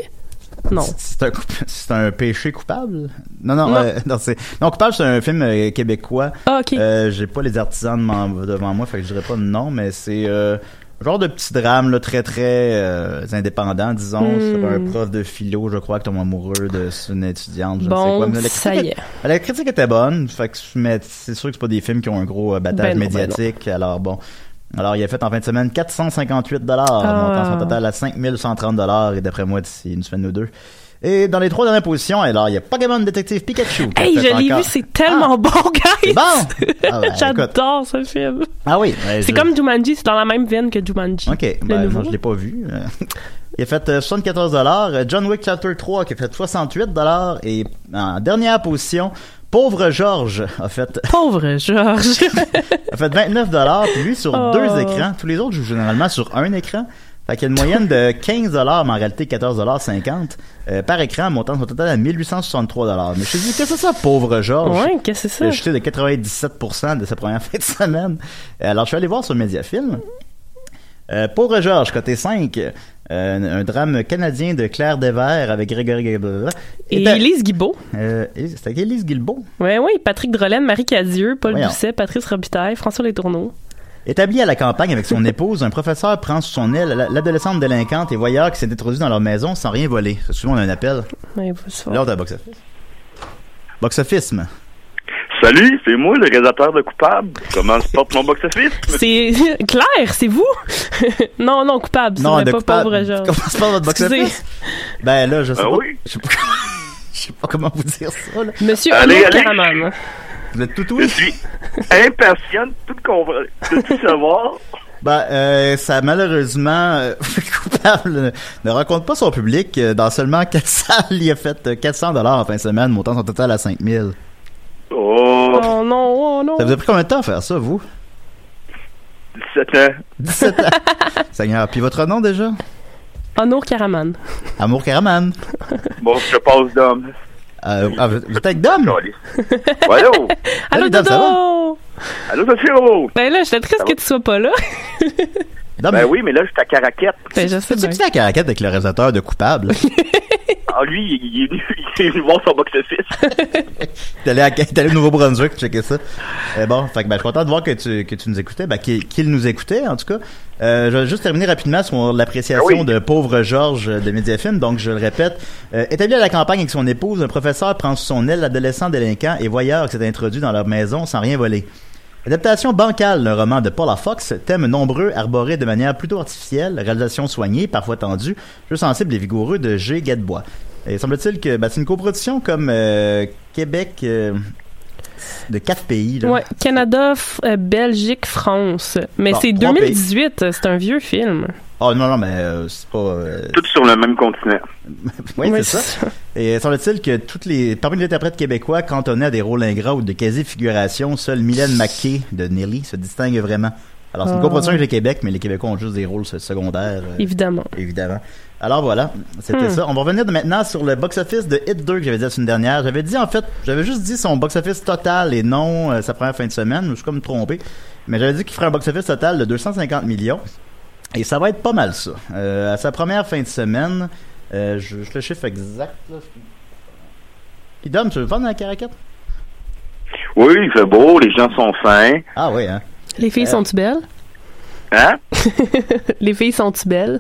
Speaker 4: Non.
Speaker 3: c'est un coup- c'est un péché coupable. Non non
Speaker 4: Non.
Speaker 3: euh, non, c'est non coupable c'est un film euh, québécois.
Speaker 4: Ah, ok.
Speaker 3: Euh, j'ai pas les artisans de m'en- devant moi fait que je dirais pas de nom mais c'est euh, un genre de petit drame là, très très euh, indépendant disons
Speaker 4: Hmm.
Speaker 3: sur un prof de philo je crois qui tombe amoureux de c'est une étudiante je ne sais quoi.
Speaker 4: bon,
Speaker 3: Mais la
Speaker 4: ça
Speaker 3: critique-
Speaker 4: y est.
Speaker 3: la critique était bonne, fait que, mais c'est sûr que c'est pas des films qui ont un gros euh, battage
Speaker 4: Ben non, ben
Speaker 3: médiatique. alors bon. Alors il a fait en fin de semaine 458 dollars,
Speaker 4: Ah.
Speaker 3: montant son total à 5130 dollars et d'après moi d'ici une semaine ou deux. Et dans les trois dernières positions, eh, alors, il y a Pokémon Détective Pikachu. qui a
Speaker 4: Hey,
Speaker 3: fait
Speaker 4: je l'ai
Speaker 3: encore- Ah!
Speaker 4: vu, c'est tellement bon, guys!
Speaker 3: C'est
Speaker 4: [laughs]
Speaker 3: bon! Ah, ben, écoute.
Speaker 4: J'adore ce film.
Speaker 3: Ah oui. ouais,
Speaker 4: C'est
Speaker 3: je-
Speaker 4: comme Jumanji, c'est dans la même veine que Jumanji.
Speaker 3: OK,
Speaker 4: le
Speaker 3: ben,
Speaker 4: nouveau.
Speaker 3: moi, je l'ai pas vu. Il a fait euh, 74 euh, John Wick Chapter 3 qui a fait 68 et en dernière position, Pauvre George a fait
Speaker 4: Pauvre Georges.
Speaker 3: a fait 29 puis lui sur
Speaker 4: Oh.
Speaker 3: deux écrans. Tous les autres jouent généralement sur un écran. Fait qu'il y a une moyenne de 15 mais en réalité 14,50 euh, par écran, montant son total à 1863 Mais je te dis, qu'est-ce que c'est ça, [laughs] pauvre Georges?
Speaker 4: ouais, qu'est-ce que c'est ça?
Speaker 3: J'étais de 97% de sa première [laughs] fin de semaine. Euh, Alors, je suis allé voir sur Mediafilm. Euh, Pauvre Georges, côté 5, euh, un drame canadien de Claire Devers avec Grégory Gabriel.
Speaker 4: Et Élise Guibault.
Speaker 3: Euh, Élise- C'était Élise Guilbeault.
Speaker 4: Oui, oui, Patrick Drolaine, Marie Cadieux, Paul
Speaker 3: Voyons.
Speaker 4: Doucet, Patrice Robitaille, François Letourneau.
Speaker 3: Établi à la campagne avec son épouse, un professeur prend sous son aile la- l'adolescente délinquante et voyeur qui s'est introduit dans leur maison sans rien voler. C'est souvent un appel.
Speaker 4: Ouais, vous le savez.
Speaker 3: L'autre à box-office. Box-officisme.
Speaker 5: Salut, c'est moi, le réalisateur de Coupable. Comment se porte mon box-office?
Speaker 4: C'est [laughs] Claire, c'est vous? non, non, coupable. c'est vrai,
Speaker 3: de
Speaker 4: pas
Speaker 3: coupable.
Speaker 4: pauvre
Speaker 3: [laughs]
Speaker 4: Georges.
Speaker 3: Comment se parle votre box-office?
Speaker 4: Excusez.
Speaker 3: Ben là, je sais
Speaker 5: Ah
Speaker 3: pas.
Speaker 5: oui?
Speaker 3: [laughs] Je sais pas, je sais pas comment vous dire ça. Là.
Speaker 4: Monsieur
Speaker 5: Allez,
Speaker 4: Arnaud
Speaker 5: allez.
Speaker 4: Caraman.
Speaker 3: Vous êtes tout
Speaker 5: Je
Speaker 3: oui?
Speaker 5: suis impatient de tout, comprendre, de tout savoir.
Speaker 3: Ben, euh, ça malheureusement euh, [laughs] coupable euh, ne rencontre pas son public. euh, Dans seulement 4 salles, il a fait euh, 400 dollars en fin de semaine, montant son total à 5000.
Speaker 5: Oh,
Speaker 4: Oh non, oh non.
Speaker 3: Ça vous a pris combien de temps à faire ça, vous?
Speaker 5: 17 ans.
Speaker 3: 17 ans.
Speaker 5: [laughs]
Speaker 3: Seigneur, puis votre nom déjà?
Speaker 4: Arnaud Caraman.
Speaker 3: Amour Caraman.
Speaker 5: Bon, je passe d'homme.
Speaker 3: Euh, ah, vous vous êtes avec Dom?
Speaker 5: Caliste. Voyons.
Speaker 4: [laughs] Allô,
Speaker 3: Salut, Dan, ça
Speaker 4: Dodo!
Speaker 5: Allô, Sophio.
Speaker 4: Ben là, j'étais triste que tu
Speaker 3: [laughs]
Speaker 4: sois pas là.
Speaker 3: Dom,
Speaker 5: Ben oui, mais là, je suis à [laughs] Caraquette.
Speaker 4: Ben, je sais
Speaker 3: tu
Speaker 4: bien.
Speaker 3: tu fais la caraquette avec le réalisateur de Coupable?
Speaker 5: Ah, lui, il, il est venu, il est venu voir son box-office.
Speaker 3: T'es allé, à- [laughs] t'es allé au Nouveau-Brunswick checker ça. Euh, bon, fait que ben, je suis content de voir que tu, que tu nous écoutais, ben, qu'il qu'il nous écoutait en tout cas. Euh, je vais juste terminer rapidement sur l'appréciation
Speaker 5: Ah oui.
Speaker 3: de pauvre Georges euh, de Mediafilm. Donc, je le répète, euh, établi à la campagne avec son épouse, un professeur prend sous son aile l'adolescent délinquant et voyeur qui s'est introduit dans leur maison sans rien voler. Adaptation bancale d'un roman de Paula Fox, thèmes nombreux arborés de manière plutôt artificielle, réalisation soignée, parfois tendue, jeu sensible et vigoureux de G. Gadebois. Et semble-t-il que ben, c'est une coproduction comme euh, Québec euh, de quatre pays. Là.
Speaker 4: Ouais, Canada, f- euh, Belgique, France. Mais
Speaker 3: Bon,
Speaker 4: c'est
Speaker 3: trois
Speaker 4: 2018, c'est un vieux film.
Speaker 3: Oh non, non, mais euh, c'est pas... euh,
Speaker 5: Tout sur le même continent.
Speaker 3: oui,
Speaker 4: Ouais,
Speaker 3: c'est ça. Et semble-t-il que toutes les, parmi les interprètes québécois cantonnés à des rôles ingrats ou de quasi-figuration, seule Mylène Mackey de Nelly se distingue vraiment. Alors, c'est une
Speaker 4: Ah.
Speaker 3: coproduction avec le Québec, mais les Québécois ont juste des rôles secondaires. euh,
Speaker 4: Évidemment.
Speaker 3: évidemment. Alors voilà, c'était
Speaker 4: Hmm.
Speaker 3: ça. On va revenir de maintenant sur le box-office de Hit 2 que j'avais dit la semaine dernière. J'avais dit en fait, j'avais juste dit son box-office total et non euh, sa première fin de semaine. Je me suis comme trompé. Mais j'avais dit qu'il ferait un box-office total de 250 millions. Et ça va être pas mal ça. Euh, à sa première fin de semaine, euh, je, je le chiffre exact. Là. Puis Dom, tu veux vendre la caraquette?
Speaker 5: Oui, il fait beau, les gens sont fins.
Speaker 3: Ah oui, hein?
Speaker 4: Les filles
Speaker 3: Euh.
Speaker 4: sont-tu belles?
Speaker 5: Hein?
Speaker 4: [laughs] Les filles sont-tu belles?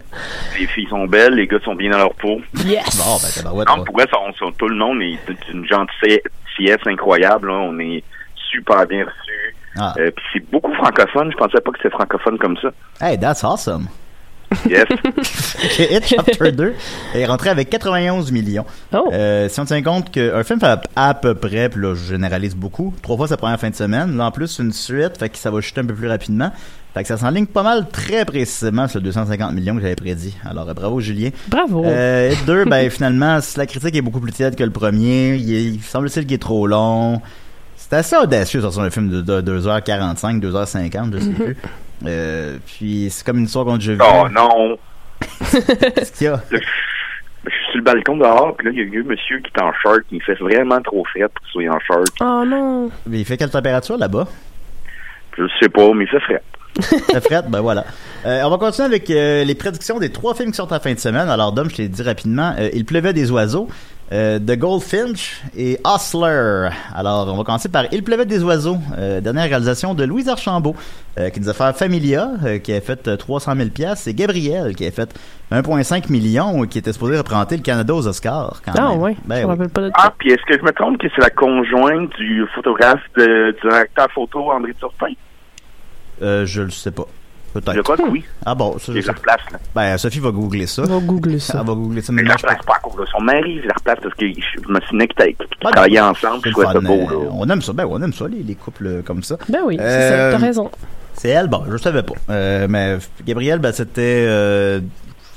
Speaker 5: Les filles sont belles, les gars sont bien dans leur peau.
Speaker 4: Yes!
Speaker 3: Bon, ben tabarouette.
Speaker 5: Non,
Speaker 3: ouais.
Speaker 5: pour vrai, ça, on- ça, tout le monde est d'une gentillesse incroyable. hein. On est super bien reçus.
Speaker 3: Ah.
Speaker 5: Euh, Puis c'est beaucoup francophone. Je pensais pas que c'était francophone comme ça.
Speaker 3: Hey, that's awesome!
Speaker 5: Yes.
Speaker 3: Que Hit
Speaker 4: [laughs]
Speaker 3: Chapter 2 est rentré avec 91 millions.
Speaker 4: Oh.
Speaker 3: Euh, si on tient compte qu'un film fait à, à peu près, puis là, je généralise beaucoup, trois fois sa première fin de semaine, là, en plus, une suite, fait que ça va chuter un peu plus rapidement. Fait que ça s'enligne pas mal très précisément sur le 250 millions que j'avais prédit. Alors, euh, bravo, Julien.
Speaker 4: Bravo.
Speaker 3: Euh, Hit 2, ben, [laughs] finalement, si la critique est beaucoup plus tiède que le premier, il, est- il semble-t-il qu'il est trop long. C'est assez audacieux sur un film de, de 2h45, 2h50, je sais plus. Euh, puis c'est comme une histoire contre jeu
Speaker 5: oh non.
Speaker 3: Qu'est-ce qu'il y a?
Speaker 5: Je suis sur le balcon dehors, puis là, il y a un vieux monsieur qui est en short, qui me fait vraiment trop frais pour qu'il soit en short.
Speaker 4: Oh non.
Speaker 3: Mais il fait quelle température là-bas?
Speaker 5: Je sais pas, mais il fait frais.
Speaker 3: Très frette, ben voilà. Euh, on va continuer avec euh, les prédictions des trois films qui sortent à fin de semaine. Alors, Dom, je te l'ai dit rapidement, euh, Il pleuvait des oiseaux, euh, The Goldfinch et Hustler. Alors, on va commencer par Il pleuvait des oiseaux, euh, dernière réalisation de Louise Archambault, euh, qui nous a fait Familia, euh, qui a fait euh, 300 000 pièces, et Gabriel, qui a fait 1,5 million, qui était supposé représenter le Canada aux Oscars. Quand
Speaker 4: Ah
Speaker 3: même.
Speaker 4: ouais,
Speaker 3: Ben
Speaker 4: je me
Speaker 3: oui.
Speaker 4: rappelle pas de
Speaker 5: Ah, puis est-ce que je me trompe que c'est la conjointe du photographe, de- du directeur photo André Turpin?
Speaker 3: Euh, je le sais pas. Peut-être.
Speaker 5: Je crois que oui.
Speaker 3: Ah bon, ça, je
Speaker 5: Ils
Speaker 3: sais
Speaker 5: la replacent, là.
Speaker 3: pas. Ben, Sophie va googler ça.
Speaker 6: On va googler
Speaker 3: Elle
Speaker 6: ça.
Speaker 3: va googler ça. Mais
Speaker 5: Mais je
Speaker 3: non,
Speaker 5: la
Speaker 3: je pense-
Speaker 5: replace pas à cause de son mari, je la replace parce que je me souvenais que t'as- qu'ils
Speaker 3: Ah,
Speaker 5: travaillaient ensemble,
Speaker 3: c'est
Speaker 5: je
Speaker 3: le
Speaker 5: trouvais
Speaker 3: fun,
Speaker 5: ça beau,
Speaker 3: euh,
Speaker 5: là.
Speaker 3: On aime ça. Ben, oui, on aime ça, les, les couples euh, comme ça.
Speaker 4: Ben oui, c'est
Speaker 3: Euh,
Speaker 4: ça. T'as raison.
Speaker 3: C'est elle, bon, je savais pas. Euh, mais Gabriel, ben, c'était, euh, je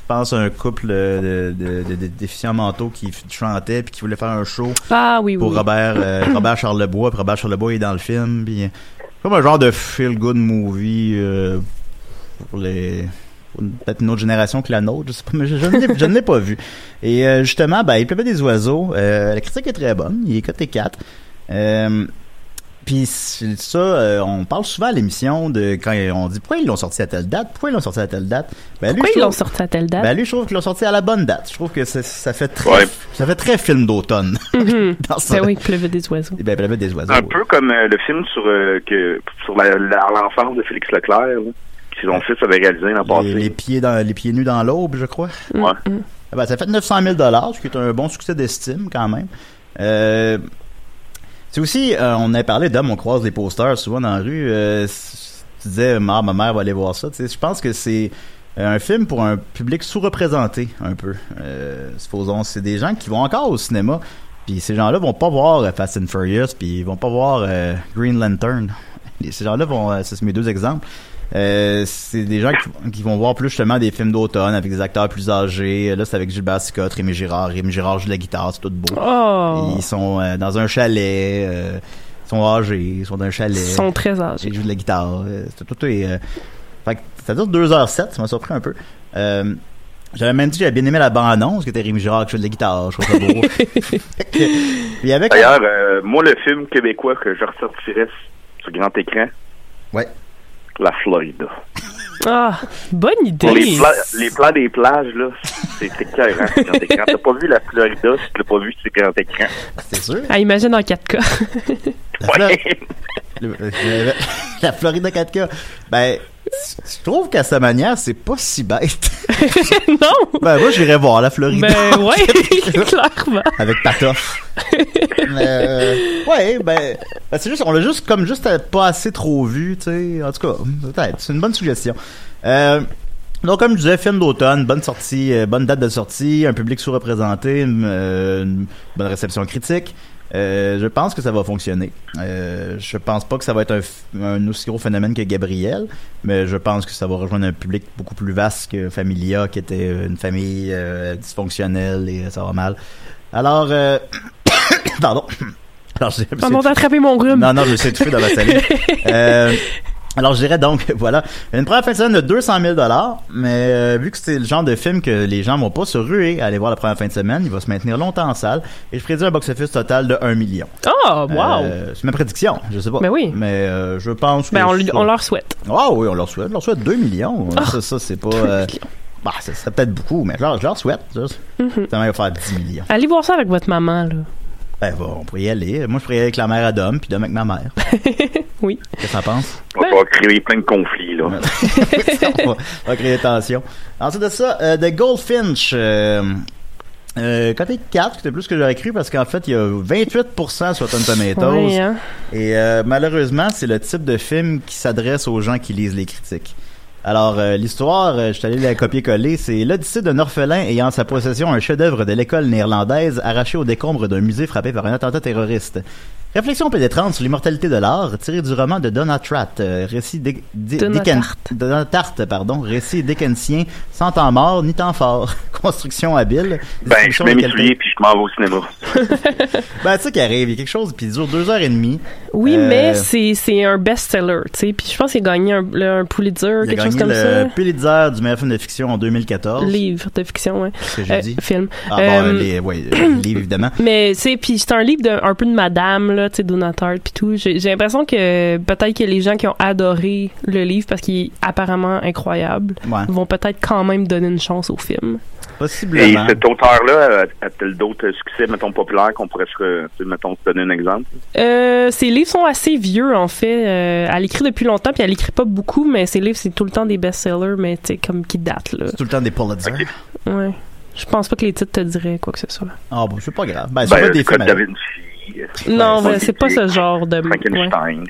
Speaker 3: pense, un couple euh, de, de, de- de déficients mentaux qui f- chantait puis qui voulait faire un show
Speaker 4: Ah oui, oui.
Speaker 3: pour
Speaker 4: oui.
Speaker 3: Robert,
Speaker 4: [coughs]
Speaker 3: euh, Robert Charlebois. Puis Robert Charlebois est dans le film. Puis, euh, comme un genre de feel-good movie euh, pour les. pour une- Peut-être une autre génération que la nôtre, je sais pas, mais je, je ne l'ai- je ne l'ai pas vu. Et euh, justement, ben, il pleuvait des oiseaux. Euh, la critique est très bonne. Il est coté 4. Euh, puis c'est ça, euh, on parle souvent à l'émission de quand on dit pourquoi ils l'ont sorti à telle date, pourquoi ils l'ont sorti à telle date. Ben, lui,
Speaker 4: Pourquoi
Speaker 3: je
Speaker 4: ils l'ont
Speaker 3: trouve-
Speaker 4: sorti à telle date?
Speaker 3: ben lui, je trouve qu'ils l'ont sorti à la bonne date. Je trouve que c'est- ça fait très,
Speaker 5: Ouais.
Speaker 3: ça fait très film d'automne. [laughs]
Speaker 4: Mhm.
Speaker 3: dans ce-
Speaker 4: Ben oui, il pleuvait des oiseaux.
Speaker 3: Eh ben, Planète des oiseaux.
Speaker 5: Un peu comme euh, le film sur, euh, que, sur la- la- l'enfance de Félix Leclerc, là, que son fils avait réalisé l'an
Speaker 3: Les,
Speaker 5: passé.
Speaker 3: les pieds dans, les pieds nus dans l'aube, je crois.
Speaker 5: Ouais.
Speaker 3: Eh ben, ça fait 900 000 ce qui est un bon succès d'estime quand même. Euh, c'est aussi, euh, on a parlé d'hommes, on croise des posters souvent dans la rue. euh, c- tu disais, ah, ma mère va aller voir ça. Tu sais, Je pense que c'est euh, un film pour un public sous-représenté un peu. Euh, supposons, c'est des gens qui vont encore au cinéma. Puis ces gens-là vont pas voir euh, Fast and Furious, puis ils vont pas voir euh, Green Lantern. Et ces gens-là vont, euh, c'est mes deux exemples. Euh, c'est des gens qui, qui vont voir plus justement des films d'automne avec des acteurs plus âgés. Là, c'est avec Gilbert Scott, Rémi Girard. Rémi Girard joue de la guitare, c'est tout beau.
Speaker 4: Oh!
Speaker 3: Ils sont euh, dans un chalet, euh, ils sont âgés, ils sont dans un
Speaker 4: Ils
Speaker 3: chalet.
Speaker 4: sont très âgés.
Speaker 3: J'ai joué de la guitare. euh, c'est Tout, tout est, euh, fait que ça dure 2h07, ça m'a surpris un peu. Euh, j'avais même dit que j'avais bien aimé la bande-annonce, qui était Rémi Girard qui joue de la guitare, je trouve ça
Speaker 4: [laughs]
Speaker 3: beau. Fait que- Puis avec...
Speaker 5: D'ailleurs, euh, moi, le film québécois que je ressortirais sur grand écran,
Speaker 3: Ouais.
Speaker 5: La Floride.
Speaker 4: Ah, bonne idée!
Speaker 5: Pour les, pla- les plans des plages, là, c'est c'est clair, hein, sur grand écran. T'as pas vu la Florida, si tu l'as pas vu, c'est grand écran.
Speaker 3: C'est sûr.
Speaker 4: Ah, imagine en 4K.
Speaker 3: La,
Speaker 5: Ouais.
Speaker 3: Floride euh, [laughs] la Floride 4K. Ben, je trouve qu'à sa manière, c'est pas si bête.
Speaker 4: [laughs] non!
Speaker 3: Ben, moi, j'irais voir la Floride.
Speaker 4: Ben ouais, [laughs] clairement.
Speaker 3: avec Patoff. Mais, euh, ouais, ben, ben, c'est juste, on l'a juste comme juste euh, pas assez trop vu, tu sais. En tout cas, peut-être. C'est une bonne suggestion. Euh, donc, comme je disais, film d'automne, bonne sortie, euh, bonne date de sortie, un public sous-représenté, une, euh, une bonne réception critique. Euh, je pense que ça va fonctionner. Euh, je pense pas que ça va être un, f- un aussi gros phénomène que Gabriel, mais je pense que ça va rejoindre un public beaucoup plus vaste que Familia, qui était une famille euh, dysfonctionnelle et ça va mal. Alors, euh... [coughs] pardon. [coughs] Alors, je- je me suis-
Speaker 4: Pardon d'attraper mon rhume.
Speaker 3: non, non, je me suis étouffé dans ma
Speaker 4: [laughs]
Speaker 3: salive. Euh, alors, je dirais donc, [laughs] voilà, une première fin de semaine de 200 000 mais euh, vu que c'est le genre de film que les gens vont pas se ruer à aller voir la première fin de semaine, il va se maintenir longtemps en salle, et je prédis un box-office total de 1 million.
Speaker 4: Ah, wow!
Speaker 3: Euh, c'est ma prédiction, je sais pas.
Speaker 4: Ben oui.
Speaker 3: Mais euh, je pense que...
Speaker 4: ben, on, lui-
Speaker 3: ça-
Speaker 4: on leur Ah! souhaite.
Speaker 3: Ah oui, on leur souhaite. On leur souhaite 2 millions. ça, ça c'est
Speaker 4: [laughs]
Speaker 3: pas... euh, bah, ça serait peut-être beaucoup, mais je leur, je leur souhaite. Ça, Ça va faire 10 millions.
Speaker 4: Mhm. Allez voir ça avec votre maman, là.
Speaker 3: Ben, va- on pourrait y aller. Moi, je pourrais y aller avec la mère à Dom, puis Dom avec ma mère.
Speaker 4: Oui.
Speaker 3: Qu'est-ce que t'en penses?
Speaker 5: On va pouvoir créer plein de conflits,
Speaker 3: [laughs]
Speaker 5: là.
Speaker 3: on, va, on va créer des tensions. Ensuite de ça, euh, The Goldfinch. Euh, euh, côté 4, c'était plus que j'aurais cru parce qu'en fait, il y a 28% sur Rotten Tomatoes.
Speaker 4: Oui, hein.
Speaker 3: Et euh, malheureusement, c'est le type de film qui s'adresse aux gens qui lisent les critiques. Alors, euh, l'histoire, euh, je suis allé la copier-coller, c'est l'odyssée d'un orphelin ayant en sa possession un chef-d'œuvre de l'école néerlandaise arraché aux décombres d'un musée frappé par un attentat terroriste. Réflexion pénétrante sur l'immortalité de l'art, tirée du roman de Donna Tratt, euh, récit Dick- Di-
Speaker 4: Donna
Speaker 3: Dicken-
Speaker 4: Tartt.
Speaker 3: Donna Tartt, pardon, récit Dickensien, sans temps mort ni temps fort, [laughs] construction habile.
Speaker 5: Ben, je
Speaker 3: distribution
Speaker 5: mets
Speaker 3: de
Speaker 5: mes
Speaker 3: qualité.
Speaker 5: souliers puis je m'en vais au cinéma.
Speaker 3: Ben, tu sais qu'il arrive, il y a quelque chose, puis il dure deux heures et demie.
Speaker 4: Oui,
Speaker 3: Euh,
Speaker 4: mais c'est c'est un best-seller, tu sais. Puis je pense qu'il a gagné un, le- un Pulitzer,
Speaker 3: Il a
Speaker 4: quelque chose
Speaker 3: gagné
Speaker 4: comme
Speaker 3: le
Speaker 4: ça.
Speaker 3: Pulitzer du meilleur film de fiction en 2014.
Speaker 4: Livre de fiction, ouais.
Speaker 3: ce que j'ai
Speaker 4: Euh,
Speaker 3: dit.
Speaker 4: film.
Speaker 3: Ah bon,
Speaker 4: Euh,
Speaker 3: les,
Speaker 4: [clears throat]
Speaker 3: ouais, les livres, évidemment.
Speaker 4: Mais c'est puis c'est un livre de, un peu de madame là, tu sais Donateur puis tout. J'ai j'ai l'impression que peut-être que les gens qui ont adoré le livre parce qu'il est apparemment incroyable
Speaker 3: Ouais,
Speaker 4: vont peut-être quand même donner une chance au film.
Speaker 5: Et
Speaker 3: possiblement.
Speaker 5: cet auteur-là a- a-t-il d'autres succès, mettons, populaires qu'on pourrait se, re- tu sais, mettons, se donner un exemple?
Speaker 4: Euh, ses livres sont assez vieux en fait. Euh, elle écrit depuis longtemps puis elle écrit pas beaucoup mais ses livres c'est tout le temps des best-sellers mais tu sais comme qui datent là.
Speaker 3: C'est tout le temps des Pulitzer. Ah
Speaker 4: Ouais. Je pense pas que les titres te diraient quoi que ce soit.
Speaker 3: bon, c'est pas grave. Ben, c'est
Speaker 5: Ben,
Speaker 3: pas
Speaker 5: le
Speaker 3: des
Speaker 5: Code
Speaker 3: films.
Speaker 5: Da Vinci, Montessori.
Speaker 4: Non,
Speaker 5: Ouais,
Speaker 4: mais c'est pas ce genre de. ouais.
Speaker 5: Frankenstein.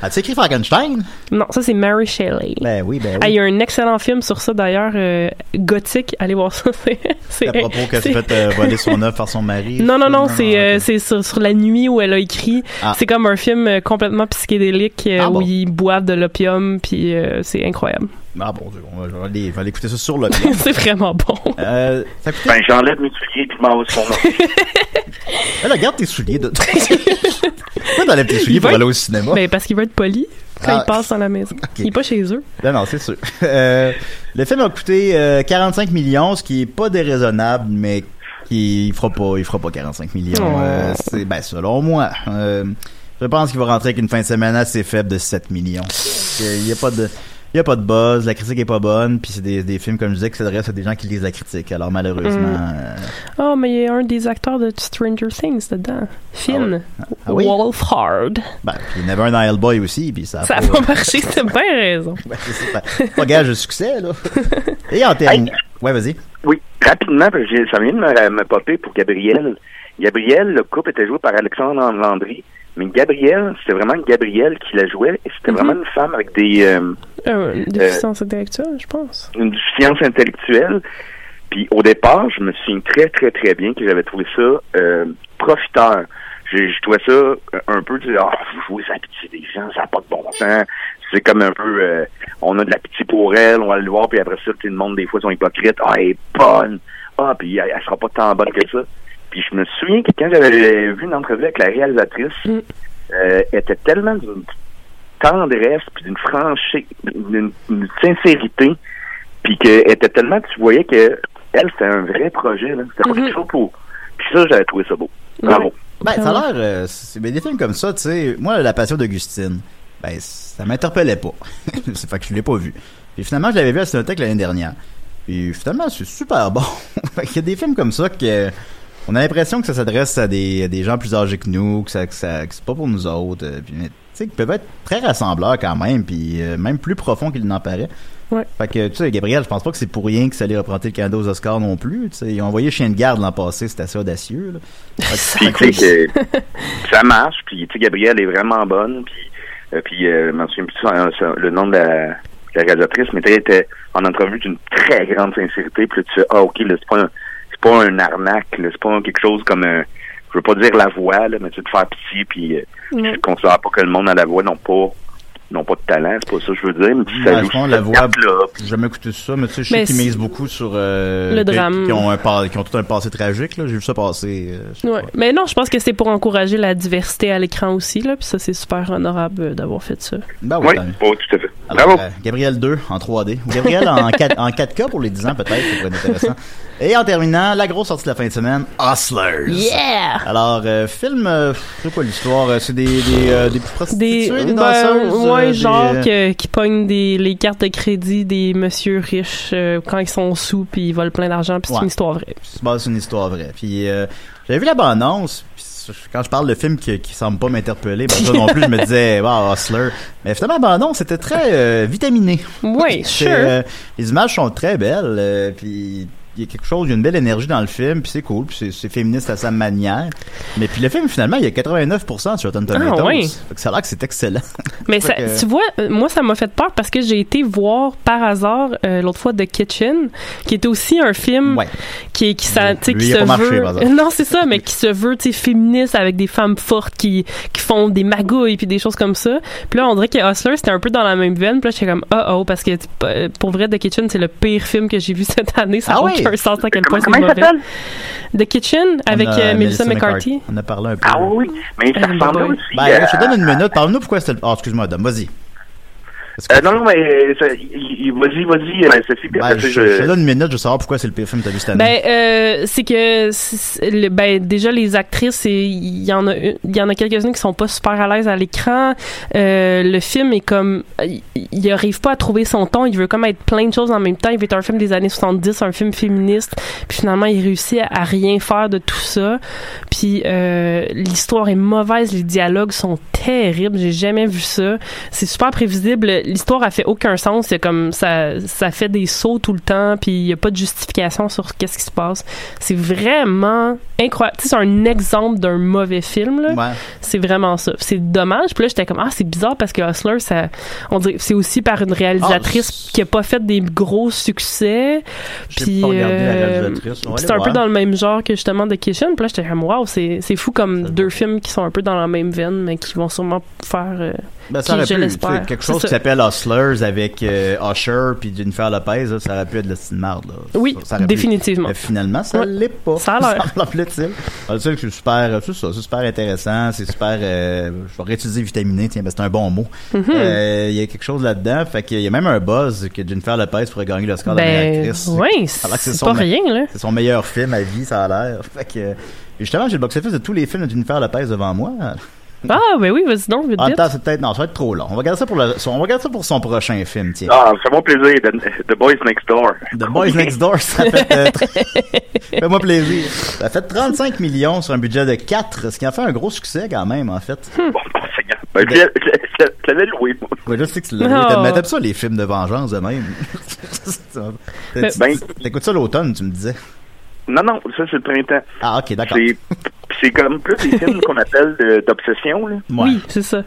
Speaker 3: As-tu écrit Frankenstein?
Speaker 4: Non, ça, c'est Mary Shelley.
Speaker 3: Ben oui, ben
Speaker 4: Ah, il
Speaker 3: oui.
Speaker 4: y a un excellent film sur ça d'ailleurs, euh, gothique. Allez voir ça. [laughs] c'est- C'est
Speaker 3: à propos qu'elle s'est
Speaker 4: c'est-
Speaker 3: fait euh, voler son œuf par son mari.
Speaker 4: [laughs] Non, non, non, c'est euh,
Speaker 3: ok.
Speaker 4: c'est sur, sur la nuit où elle a écrit.
Speaker 3: Ah.
Speaker 4: C'est comme un film euh, complètement psychédélique euh,
Speaker 3: Ah bon?
Speaker 4: où ils boivent de l'opium, puis euh, c'est incroyable.
Speaker 3: Ah bon, Dieu, on va- je vais aller, je vais aller écouter ça sur le pied.
Speaker 4: [laughs] c'est vraiment bon.
Speaker 3: Euh, ça coûtait...
Speaker 5: Ben, j'enlève mes souliers puis je m'en vais sur mon-
Speaker 3: Elle regarde tes souliers.
Speaker 4: [laughs]
Speaker 3: De... Pourquoi t'enlèves tes souliers
Speaker 4: Il
Speaker 3: pour
Speaker 4: va-
Speaker 3: aller au cinéma?
Speaker 4: Ben, parce qu'il veut être poli quand
Speaker 3: Ah.
Speaker 4: il passe dans la maison. Il est pas chez eux.
Speaker 3: Non, non, c'est sûr. [laughs] Euh, le film a coûté euh, 45 millions, ce qui est pas déraisonnable, mais qui il fera pas, il fera pas 45 millions.
Speaker 4: Oh.
Speaker 3: Euh, c'est ben selon moi. Euh, je pense qu'il va rentrer avec une fin de semaine assez faible de 7 millions. Il y a pas de il y a pas de buzz, la critique est pas bonne, puis c'est des, des films comme je disais qui s'adressent à des gens qui lisent la critique. Alors malheureusement, euh,
Speaker 4: Oh, mais il y a un des acteurs de Stranger Things dedans. Finn.
Speaker 3: Ah oui?
Speaker 4: Wolfhard.
Speaker 3: ben, puis il y en avait un dans Hellboy aussi, puis ça. a
Speaker 4: Ça a
Speaker 3: pas- [laughs]
Speaker 4: pas marché, c'est bien raison.
Speaker 3: ben, c'est ça, c'est pas gage de succès là. Et en termes, ouais, vas-y.
Speaker 5: Oui, rapidement, parce que j'ai- ça vient de me, me popper pour Gabriel. Gabriel, le couple était joué par Alexandre Landry, mais Gabriel, c'était vraiment Gabriel qui la jouait, et c'était
Speaker 4: Mhm.
Speaker 5: vraiment une femme avec des euh,
Speaker 4: Euh, déficience intellectuelle, je pense.
Speaker 5: une déficience intellectuelle. Puis au départ, je me souviens très, très, très bien que j'avais trouvé ça euh, profiteur. Je, je trouvais ça euh, un peu du Ah, vous jouez à la pitié des gens, ça n'a pas de bon sens. C'est comme un peu euh, on a de la pitié pour elle, on va le voir, puis après ça, tu sais, le monde des fois ils sont hypocrites. Ah, elle est bonne! Ah, puis elle, elle sera pas tant bonne que ça. Puis je me souviens que quand j'avais vu une entrevue avec la réalisatrice,
Speaker 4: Mm.
Speaker 5: euh, elle était tellement d'une tendresse, puis d'une franchise, d'une d'une sincérité puis que était tellement tu voyais que elle c'était un vrai projet là c'était pas
Speaker 4: Mhm.
Speaker 5: quelque chose pour puis ça j'avais trouvé ça beau bravo
Speaker 3: Ben, ça a
Speaker 4: Vraiment.
Speaker 3: l'air. euh, c'est- ben, des films comme ça, tu sais. Moi, La Passion d'Augustine, ben, ça m'interpellait pas. [laughs] c'est fait que je l'ai pas vu. Puis finalement, je l'avais vu à Cinétech l'année dernière. Puis finalement, c'est super bon. [laughs] Il y a des films comme ça que. On a l'impression que ça s'adresse à des, à des gens plus âgés que nous, que, ça, que, ça, que c'est pas pour nous autres. euh, puis, mais, tu sais, qui peuvent être très rassembleurs quand même, puis euh, même plus profonds qu'il n'en paraît.
Speaker 4: Ouais.
Speaker 3: Fait que, tu sais, Gabriel, je pense pas que c'est pour rien que ça allait représenter le Canada aux Oscars non plus. Tu sais, ils ont envoyé Chien de garde l'an passé, c'était assez audacieux. Là. Fait que-
Speaker 5: puis tu sais que
Speaker 3: [laughs]
Speaker 5: ça marche puis tu sais Gabrielle est vraiment bonne puis euh, puis euh, je m'en souviens plus son- son- le nom de la, de la réalisatrice mais tu sais, elle était en entrevue d'une très grande sincérité puis là, tu fais ah ok là c'est pas un, c'est pas un arnaque là, c'est pas un- quelque chose comme un je veux pas dire la voix là mais tu sais, de faire pitié puis euh,
Speaker 4: Ouais.
Speaker 5: je considère pas que le monde à la voix n'ont pas n'ont pas de talent c'est pas ça que je veux dire mais puis ça
Speaker 3: Ouais,
Speaker 5: joue
Speaker 3: je pense
Speaker 5: sur
Speaker 3: la
Speaker 5: cette
Speaker 3: voix-
Speaker 5: carte-là,
Speaker 3: J'ai jamais écouté ça, mais tu sais, je
Speaker 4: Mais
Speaker 3: sais qu'ils
Speaker 4: c'est-
Speaker 3: misent beaucoup sur. euh,
Speaker 4: Le
Speaker 3: que-
Speaker 4: drame.
Speaker 3: Qui ont, un, par- qui ont tout un passé tragique, là. J'ai vu ça passer. euh, je sais
Speaker 4: Ouais.
Speaker 3: pas.
Speaker 4: Mais non, je pense que c'est pour encourager la diversité à l'écran aussi, là, puis ça, c'est super honorable euh, d'avoir fait ça.
Speaker 3: Ben oui,
Speaker 5: Oui,
Speaker 3: tant mieux.
Speaker 5: oh, tout à fait.
Speaker 3: Alors,
Speaker 5: Bravo.
Speaker 3: euh, Gabriel 2 en 3D. Ou Gabriel en, 4, en 4K pour les 10 ans, peut-être. Ça pourrait être intéressant. Et en terminant, la grosse sortie de la fin de semaine, Hustlers.
Speaker 4: Yeah!
Speaker 3: Alors, euh, film, euh, je sais quoi l'histoire, euh, c'est des, des, euh, des prostituées,
Speaker 4: Des,
Speaker 3: des,
Speaker 4: ben,
Speaker 3: danseuses. euh,
Speaker 4: ouais,
Speaker 3: des,
Speaker 4: genre
Speaker 3: euh,
Speaker 4: que- qui pognent des, les cartes de crédit des monsieur riches euh, quand ils sont sous puis ils volent plein d'argent puis c'est
Speaker 3: Ouais.
Speaker 4: une histoire vraie.
Speaker 3: se base sur une histoire vraie. Puis euh, j'avais vu la bande-annonce, puis je- quand je parle de film qui, qui semble pas m'interpeller, ben, ça non plus, je me disais, [laughs] wow, Hustler. Mais finalement, la bande-annonce était très euh, vitaminé.
Speaker 4: Oui, sure.
Speaker 3: euh, les images sont très belles, euh, puis il y a quelque chose, il y a une belle énergie dans le film, puis c'est cool, puis c'est- c'est féministe à sa manière. Mais puis le film, finalement, il y a 89% sur Rotten Tomatoes.
Speaker 4: Ah, ouais.
Speaker 3: Fait que ça a l'air que c'est excellent.
Speaker 4: Mais
Speaker 3: Fait
Speaker 4: ça,
Speaker 3: que-
Speaker 4: tu vois, euh, moi, ça m'a fait peur parce que j'ai été voir par hasard euh, l'autre fois The Kitchen, qui était aussi un film
Speaker 3: ouais.
Speaker 4: qui qui ça
Speaker 3: Lui,
Speaker 4: tu sais
Speaker 3: lui,
Speaker 4: qui
Speaker 3: il a
Speaker 4: se
Speaker 3: pas marché,
Speaker 4: veut
Speaker 3: par exemple.
Speaker 4: non c'est ça mais qui se veut tu sais féministe avec des femmes fortes qui qui font des magouilles puis des choses comme ça puis là on dirait que Hustler c'était un peu dans la même veine puis là j'étais comme oh oh parce que tu- euh, pour vrai The Kitchen c'est le pire film que j'ai vu [laughs] cette année ça n'a
Speaker 3: Ah oui?
Speaker 4: aucun sens à quel point
Speaker 5: Comment,
Speaker 4: c'est
Speaker 5: comment il
Speaker 4: mauvais
Speaker 5: s'appelle?
Speaker 4: The Kitchen avec
Speaker 3: On a
Speaker 4: euh, Melissa McCarthy,
Speaker 3: On a parlé un peu.
Speaker 5: Ah oui, oui, mais ça
Speaker 4: Euh,
Speaker 5: ressemble
Speaker 4: boy.
Speaker 5: aussi.
Speaker 3: Ben,
Speaker 5: euh,
Speaker 3: je te donne une minute. Parle-nous pourquoi c'était... le- Ah, excuse-moi, Adam, vas-y. Est-ce que-
Speaker 5: euh, non, non, mais euh, ça- il- il- vas-y, vas-y, euh, Sophie, puis
Speaker 3: Ben,
Speaker 5: après ça,
Speaker 3: je,
Speaker 5: je...
Speaker 3: je te donne une minute, je veux savoir pourquoi c'est le pire film que t'as vu cette année.
Speaker 4: Ben, euh, c'est que c'est- c'est- le- ben, déjà les actrices, c'est- il y en a, une- il y en a quelques-unes qui sont pas super à l'aise à l'écran. Euh, le film est comme, il- il arrive pas à trouver son ton. Il veut comme être plein de choses en même temps. Il veut être un film des années 70, un film féministe. Puis finalement, il réussit à, à rien faire de tout ça. Puis euh, l'histoire est mauvaise, les dialogues sont terribles. J'ai jamais vu ça. C'est super prévisible. l'histoire a fait aucun sens. C'est comme ça, ça fait des sauts tout le temps, puis il n'y a pas de justification sur qu'est-ce qui se passe. C'est vraiment incroyable. Tu sais, C'est un exemple d'un mauvais film. Ben, Là.
Speaker 3: Ouais.
Speaker 4: C'est vraiment ça. C'est dommage. Puis là, j'étais comme ah, c'est bizarre parce que Hustler, ça, on dirait, c'est aussi par une réalisatrice
Speaker 3: Ah,
Speaker 4: qui a pas fait des gros succès.
Speaker 3: J'ai
Speaker 4: Puis
Speaker 3: pas regardé la
Speaker 4: euh,
Speaker 3: réalisatrice. On va
Speaker 4: c'est
Speaker 3: aller
Speaker 4: un peu
Speaker 3: voir.
Speaker 4: dans le même genre que justement The Kitchen. Puis là, j'étais comme wow, c'est c'est fou comme
Speaker 3: Ça se
Speaker 4: deux
Speaker 3: voit.
Speaker 4: films qui sont un peu dans la même veine, mais qui vont sûrement faire. euh,
Speaker 3: Ben, ça
Speaker 4: Puis
Speaker 3: aurait pu,
Speaker 4: je
Speaker 3: tu sais,
Speaker 4: l'espère.
Speaker 3: quelque
Speaker 4: C'est
Speaker 3: chose
Speaker 4: ça.
Speaker 3: qui s'appelle Hustlers avec euh, Usher puis Jennifer Lopez, là, ça aurait pu être de la petite marde. Là.
Speaker 4: Oui,
Speaker 3: Ça- ça aurait pu.
Speaker 4: définitivement.
Speaker 3: Mais finalement, ça
Speaker 4: Ouais.
Speaker 3: l'est pas.
Speaker 4: Ça a
Speaker 3: [laughs]
Speaker 4: l'air.
Speaker 3: semble-t-il. Ah, tu sais que c'est super, euh, c'est ça, c'est super intéressant, c'est super, euh, je vais réutiliser vitaminé, tiens, ben, c'est un bon mot.
Speaker 4: Mhm.
Speaker 3: Euh, Il y a quelque chose là-dedans, fait qu'il y a même un buzz que Jennifer Lopez pourrait gagner le score de la meilleure
Speaker 4: ben
Speaker 3: actrice.
Speaker 4: oui,
Speaker 3: Alors que
Speaker 4: c'est
Speaker 3: son
Speaker 4: pas
Speaker 3: me-
Speaker 4: rien
Speaker 3: [laughs]
Speaker 4: là.
Speaker 3: C'est son meilleur film à vie, ça a l'air. Fait que, euh, justement, j'ai le box-office de tous les films de Jennifer Lopez devant moi.
Speaker 4: Ah ben oui, vas-y donc vite
Speaker 3: Ah,
Speaker 4: vite.
Speaker 3: Attends, c'est peut-être non, ça va être trop long. On va garder ça pour le, son, on va garder ça pour son prochain film, tiens.
Speaker 5: Ah, c'est mon plaisir, The, The Boys Next Door.
Speaker 3: The Boys Next Door, ça fait euh, tr- fais-moi plaisir. Ça fait 35 millions sur un budget de 4, ce qui en fait un gros succès quand même en fait.
Speaker 4: Hmm.
Speaker 5: Bon, bon Seigneur. Ben, je, l'ai- je l'ai- je l'ai- je l'avais loué, moi.
Speaker 3: Ouais, je sais que tu
Speaker 4: Oh.
Speaker 3: l'as. Mais t'aimes ça les films de vengeance de même. [laughs] T'as- tu-
Speaker 5: Ben-
Speaker 3: T'écoutes ça l'automne, tu me disais.
Speaker 5: Non, non, ça, c'est le printemps.
Speaker 3: Ah OK, d'accord.
Speaker 5: C'est c'est comme plus des films qu'on appelle euh, d'obsession, là.
Speaker 3: Ouais.
Speaker 4: Oui, c'est ça.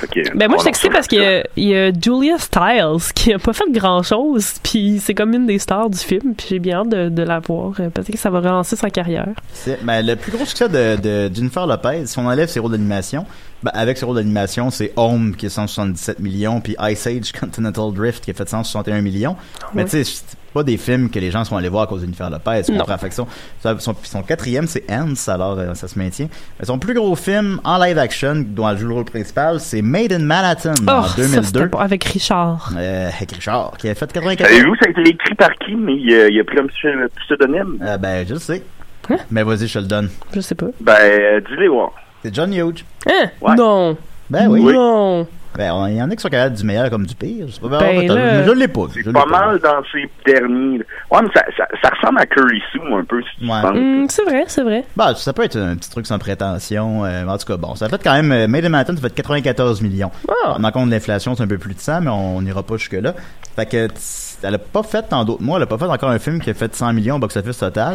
Speaker 5: Fait que-
Speaker 4: Ben moi,
Speaker 5: on
Speaker 4: je suis excitée
Speaker 5: en-
Speaker 4: parce qu'il y, a- il y a Julia Stiles qui a pas fait grand-chose, puis c'est comme une des stars du film, puis j'ai bien hâte de, de la voir, euh, parce que ça va relancer sa carrière.
Speaker 3: C'est- ben, le plus gros succès de, de Jennifer Lopez, si on enlève ses rôles d'animation, ben, avec ses rôles d'animation, c'est Home qui est 177 millions, puis Ice Age [laughs] Continental Drift qui a fait 161 millions. Mais
Speaker 4: Ouais.
Speaker 3: tu sais, c'est pas des films que les gens sont allés voir à cause de Jennifer Lopez. tu
Speaker 4: Non.
Speaker 3: comprends? Fait que son, son- son- son quatrième, c'est Ants, alors euh, ça se maintient. Mais son plus gros film en live action, dont elle joue le rôle principal, c'est Made in Manhattan
Speaker 4: oh,
Speaker 3: en
Speaker 4: ça, c'était
Speaker 3: 2002.
Speaker 4: pas avec Richard.
Speaker 3: Euh, avec Richard, qui a fait 94
Speaker 5: Savez-vous, ça a été écrit par qui, mais il, euh, il a pris un pseu- pseudonyme?
Speaker 3: Euh, ben, je le sais.
Speaker 4: Hein?
Speaker 3: Mais vas-y, je te le donne.
Speaker 4: Je sais pas.
Speaker 5: Ben, euh, dis-les voir.
Speaker 3: C'est John Hughes.
Speaker 4: Hein?
Speaker 5: Ouais.
Speaker 4: Non!
Speaker 3: Ben oui.
Speaker 4: Non!
Speaker 3: Ben, on- il y en a qui sont capables du meilleur comme du pire. Je sais pas, ben,
Speaker 4: Ben,
Speaker 3: en fait, je-
Speaker 4: là-
Speaker 3: je l'ai pas. je
Speaker 5: C'est
Speaker 3: l'ai
Speaker 5: pas mal dans ses derniers. là. Ouais, mais ça, ça, ça ressemble à Curry Sue, un peu, si tu
Speaker 3: Ouais.
Speaker 5: penses.
Speaker 4: Hum, c'est vrai, c'est vrai.
Speaker 3: Bah, ça peut être un petit truc sans prétention. euh, en tout cas, bon, ça fait quand même. Euh, Made in Manhattan, ça fait 94 millions.
Speaker 4: Ah.
Speaker 3: On en compte l'inflation, c'est un peu plus de 100, mais on n'ira pas jusque-là. Fait que, tss, elle a pas fait tant d'autres mois, elle a pas fait encore un film qui a fait 100 millions au box-office total.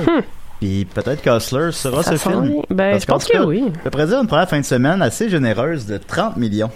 Speaker 3: Puis peut-être qu'Hustler sera
Speaker 4: Hmm. Ça
Speaker 3: ce
Speaker 4: sent
Speaker 3: film.
Speaker 4: bien. Ben,
Speaker 3: Parce
Speaker 4: je pense
Speaker 3: qu'en tout
Speaker 4: que
Speaker 3: cas,
Speaker 4: oui.
Speaker 3: Je pourrais dire une première fin de semaine assez généreuse de 30 millions.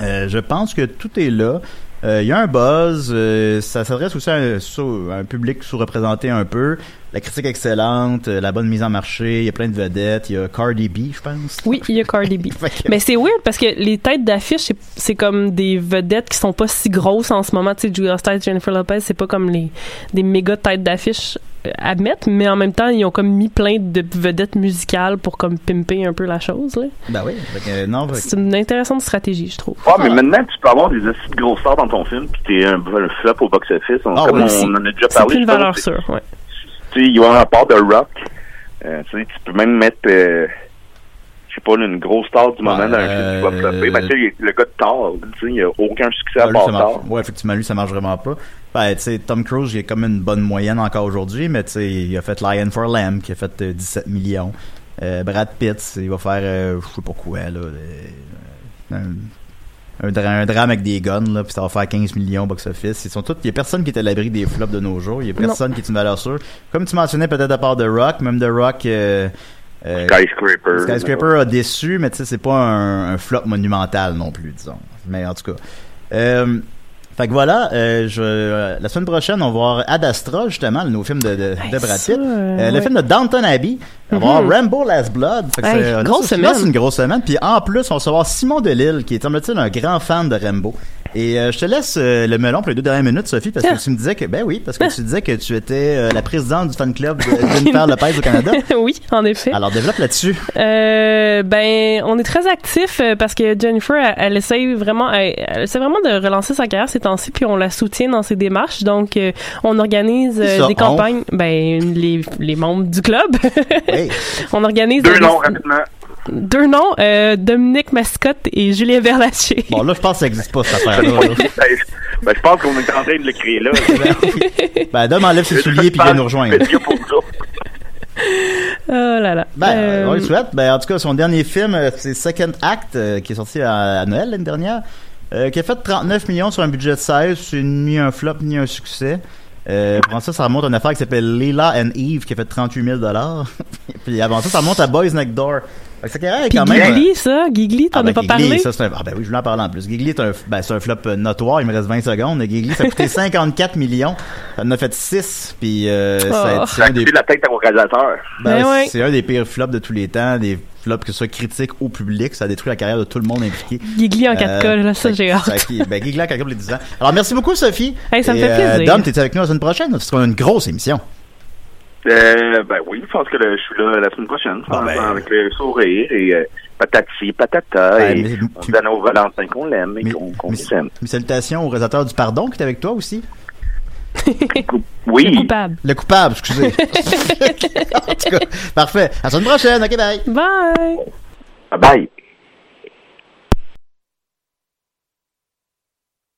Speaker 3: Euh, je pense que tout est là. Euh, Il y a un buzz, euh, ça s'adresse aussi à un, sous- à un public sous-représenté un peu. La critique excellente, euh, la bonne mise en marché, il y a plein de vedettes, il y a Cardi B, je pense.
Speaker 4: Oui, il y a Cardi
Speaker 3: [laughs]
Speaker 4: B.
Speaker 3: Fait que-
Speaker 4: Mais c'est weird parce que les têtes d'affiche, c'est- c'est comme des vedettes qui sont pas si grosses en ce moment. Tu sais, Julia Stiles, Jennifer Lopez, c'est pas comme les des méga têtes d'affiche euh, à mettre, mais en même temps, ils ont comme mis plein de vedettes musicales pour comme pimper un peu la chose. là.
Speaker 3: Ben oui, fait que, euh, non, fait que-
Speaker 4: C'est une intéressante stratégie, je trouve.
Speaker 5: Ouais, Ah, mais maintenant, tu peux avoir des assises de grosses stars dans ton film, puis t'es un, un flop au box-office. On-
Speaker 3: Ah
Speaker 5: comme
Speaker 3: oui,
Speaker 5: on,
Speaker 3: c'est-
Speaker 5: on en a déjà
Speaker 4: C'est
Speaker 5: parlé.
Speaker 4: plus une
Speaker 5: je pense,
Speaker 4: valeur
Speaker 5: ben c'est-
Speaker 4: sûre. Ouais.
Speaker 5: Tu sais, il y a un rapport de rock. Euh, tu sais, tu peux même mettre, euh, je sais pas, là, une grosse star du moment dans un
Speaker 3: euh,
Speaker 5: film qui va flopper. Ben, tu sais, il y a le gars de Thor, tu sais, il n'y a aucun succès à
Speaker 3: Ah, lui,
Speaker 5: part
Speaker 3: ça marche-
Speaker 5: Thor.
Speaker 3: ouais, effectivement, lui, ça marche vraiment pas. Ben, tu sais, Tom Cruise, il a comme une bonne moyenne encore aujourd'hui, mais tu sais, il a fait Lion for Lamb, qui a fait euh, 17 millions. Euh, Brad Pitt, il va faire, euh, je sais pas quoi, là, euh, un, un dra- un drame avec des guns, là, puis ça va faire 15 millions box-office. Ils sont tous, il y a personne qui est à l'abri des flops de nos jours, il y a personne qui est une valeur sûre. Comme tu mentionnais peut-être à part The Rock, même The Rock... euh, euh,
Speaker 5: Skyscraper.
Speaker 3: Skyscraper a déçu, mais tu sais, c'est pas un, un flop monumental non plus, disons. Mais en tout cas. Euh, fait que voilà, euh, je, euh, la semaine prochaine, on va voir Ad Astra, justement, le nouveau film de, de, de
Speaker 4: Hey,
Speaker 3: Brad
Speaker 4: ça,
Speaker 3: Pitt.
Speaker 4: euh,
Speaker 3: Euh, Le
Speaker 4: ouais.
Speaker 3: film de Downton Abbey. On va voir
Speaker 4: Mhm.
Speaker 3: Rambo Last Blood. Fait que
Speaker 4: Hey,
Speaker 3: c'est- euh,
Speaker 4: grosse
Speaker 3: ça,
Speaker 4: semaine.
Speaker 3: Là, c'est une grosse semaine. Puis en plus, on va savoir Simon Delille, qui est, semble-t-il, un grand fan de Rambo. Et euh, je te laisse euh, le melon pour les deux dernières minutes, Sophie, parce
Speaker 4: Ah.
Speaker 3: que tu me disais que, ben oui, parce que tu disais que tu étais euh, la présidente du fan club de
Speaker 4: [laughs]
Speaker 3: Jennifer Lopez au Canada.
Speaker 4: oui, en effet.
Speaker 3: Alors développe
Speaker 4: [laughs]
Speaker 3: là-dessus.
Speaker 4: Euh, ben, on est très actif euh, parce que Jennifer, elle, elle essaye vraiment, elle, elle essaie vraiment de relancer sa carrière ces temps-ci, puis on la soutient dans ses démarches. Donc, euh, on organise euh,
Speaker 3: Qui ça,
Speaker 4: des
Speaker 3: on?
Speaker 4: campagnes. Ben, les, les membres du club. [laughs]
Speaker 3: Hey.
Speaker 4: on organise
Speaker 5: Deux
Speaker 4: des-
Speaker 5: noms hein. rapidement.
Speaker 4: Deux noms. euh, Dominique Mascotte et Julien Verlaché.
Speaker 3: Bon, là, je pense que ça n'existe pas, cette affaire-là. là.
Speaker 5: ben, je- [laughs] ben, je pense qu'on est en train de le créer là.
Speaker 3: [laughs] ben, Dom enlève ses souliers puis vient nous rejoindre.
Speaker 5: C'est mieux pour nous.
Speaker 4: [laughs] Oh là là.
Speaker 3: Ben,
Speaker 4: Euh,
Speaker 3: on le souhaite. Ben, en tout cas, son dernier film, euh, c'est Second Act, euh, qui est sorti à, à Noël l'année dernière. euh, qui a fait 39 millions sur un budget de 16. C'est ni un flop ni un succès. Euh, avant ça, ça remonte à une affaire qui s'appelle Leila and Eve qui a fait 38 000 [laughs] Puis avant ça, ça remonte à Boys Next Door. Fait que c'est correct,
Speaker 4: Puis
Speaker 3: quand même.
Speaker 4: Gigli, ça, Gigli, t'en
Speaker 3: Ah, ben,
Speaker 4: as pas
Speaker 3: Gigli,
Speaker 4: parlé.
Speaker 3: ça, c'est un- ah ben oui, je voulais en parler en plus. Gigli, c'est un, ben, c'est un flop euh, notoire. Il me reste 20 secondes. Gigli, ça a
Speaker 4: [laughs]
Speaker 3: coûté 54 millions. Ça en a fait 6. Puis euh, ça-
Speaker 4: Oh.
Speaker 3: c'est un des
Speaker 5: la tête à mon réalisateur.
Speaker 3: [laughs] ben,
Speaker 4: Ben ouais.
Speaker 3: C'est un des pires flops de tous les temps, des flops que ce soit critique au public, ça détruit la carrière de tout le monde impliqué.
Speaker 4: Gigli en 4K, là, ça,
Speaker 3: Euh, fait-
Speaker 4: j'ai hâte.
Speaker 3: fait qu'il- Ben, Gigla, quelqu'un pour les 10 ans. Alors, merci beaucoup, Sophie.
Speaker 4: Hey, ça me
Speaker 3: Et,
Speaker 4: fait
Speaker 3: euh,
Speaker 4: plaisir.
Speaker 3: Dom, t'es avec nous la semaine prochaine, parce qu'on a une grosse émission.
Speaker 5: Euh, ben oui, je pense que le- je suis là la semaine prochaine,
Speaker 3: Bon, ben.
Speaker 5: avec le sourire et euh, patati, patata, et
Speaker 3: Ouais, Ah, mais-
Speaker 5: on dit à nos Valentins qu'on l'aime et
Speaker 3: Mais-
Speaker 5: qu'on qu'on
Speaker 3: mais-
Speaker 5: les aime.
Speaker 3: Une salutation au réalisateur du Pardon qui est avec toi aussi.
Speaker 5: Oui,
Speaker 4: Coupable.
Speaker 3: Le coupable,
Speaker 4: [laughs]
Speaker 3: excusez. [laughs] en tout cas, parfait. À la semaine prochaine. OK, bye.
Speaker 4: Bye!
Speaker 5: bye.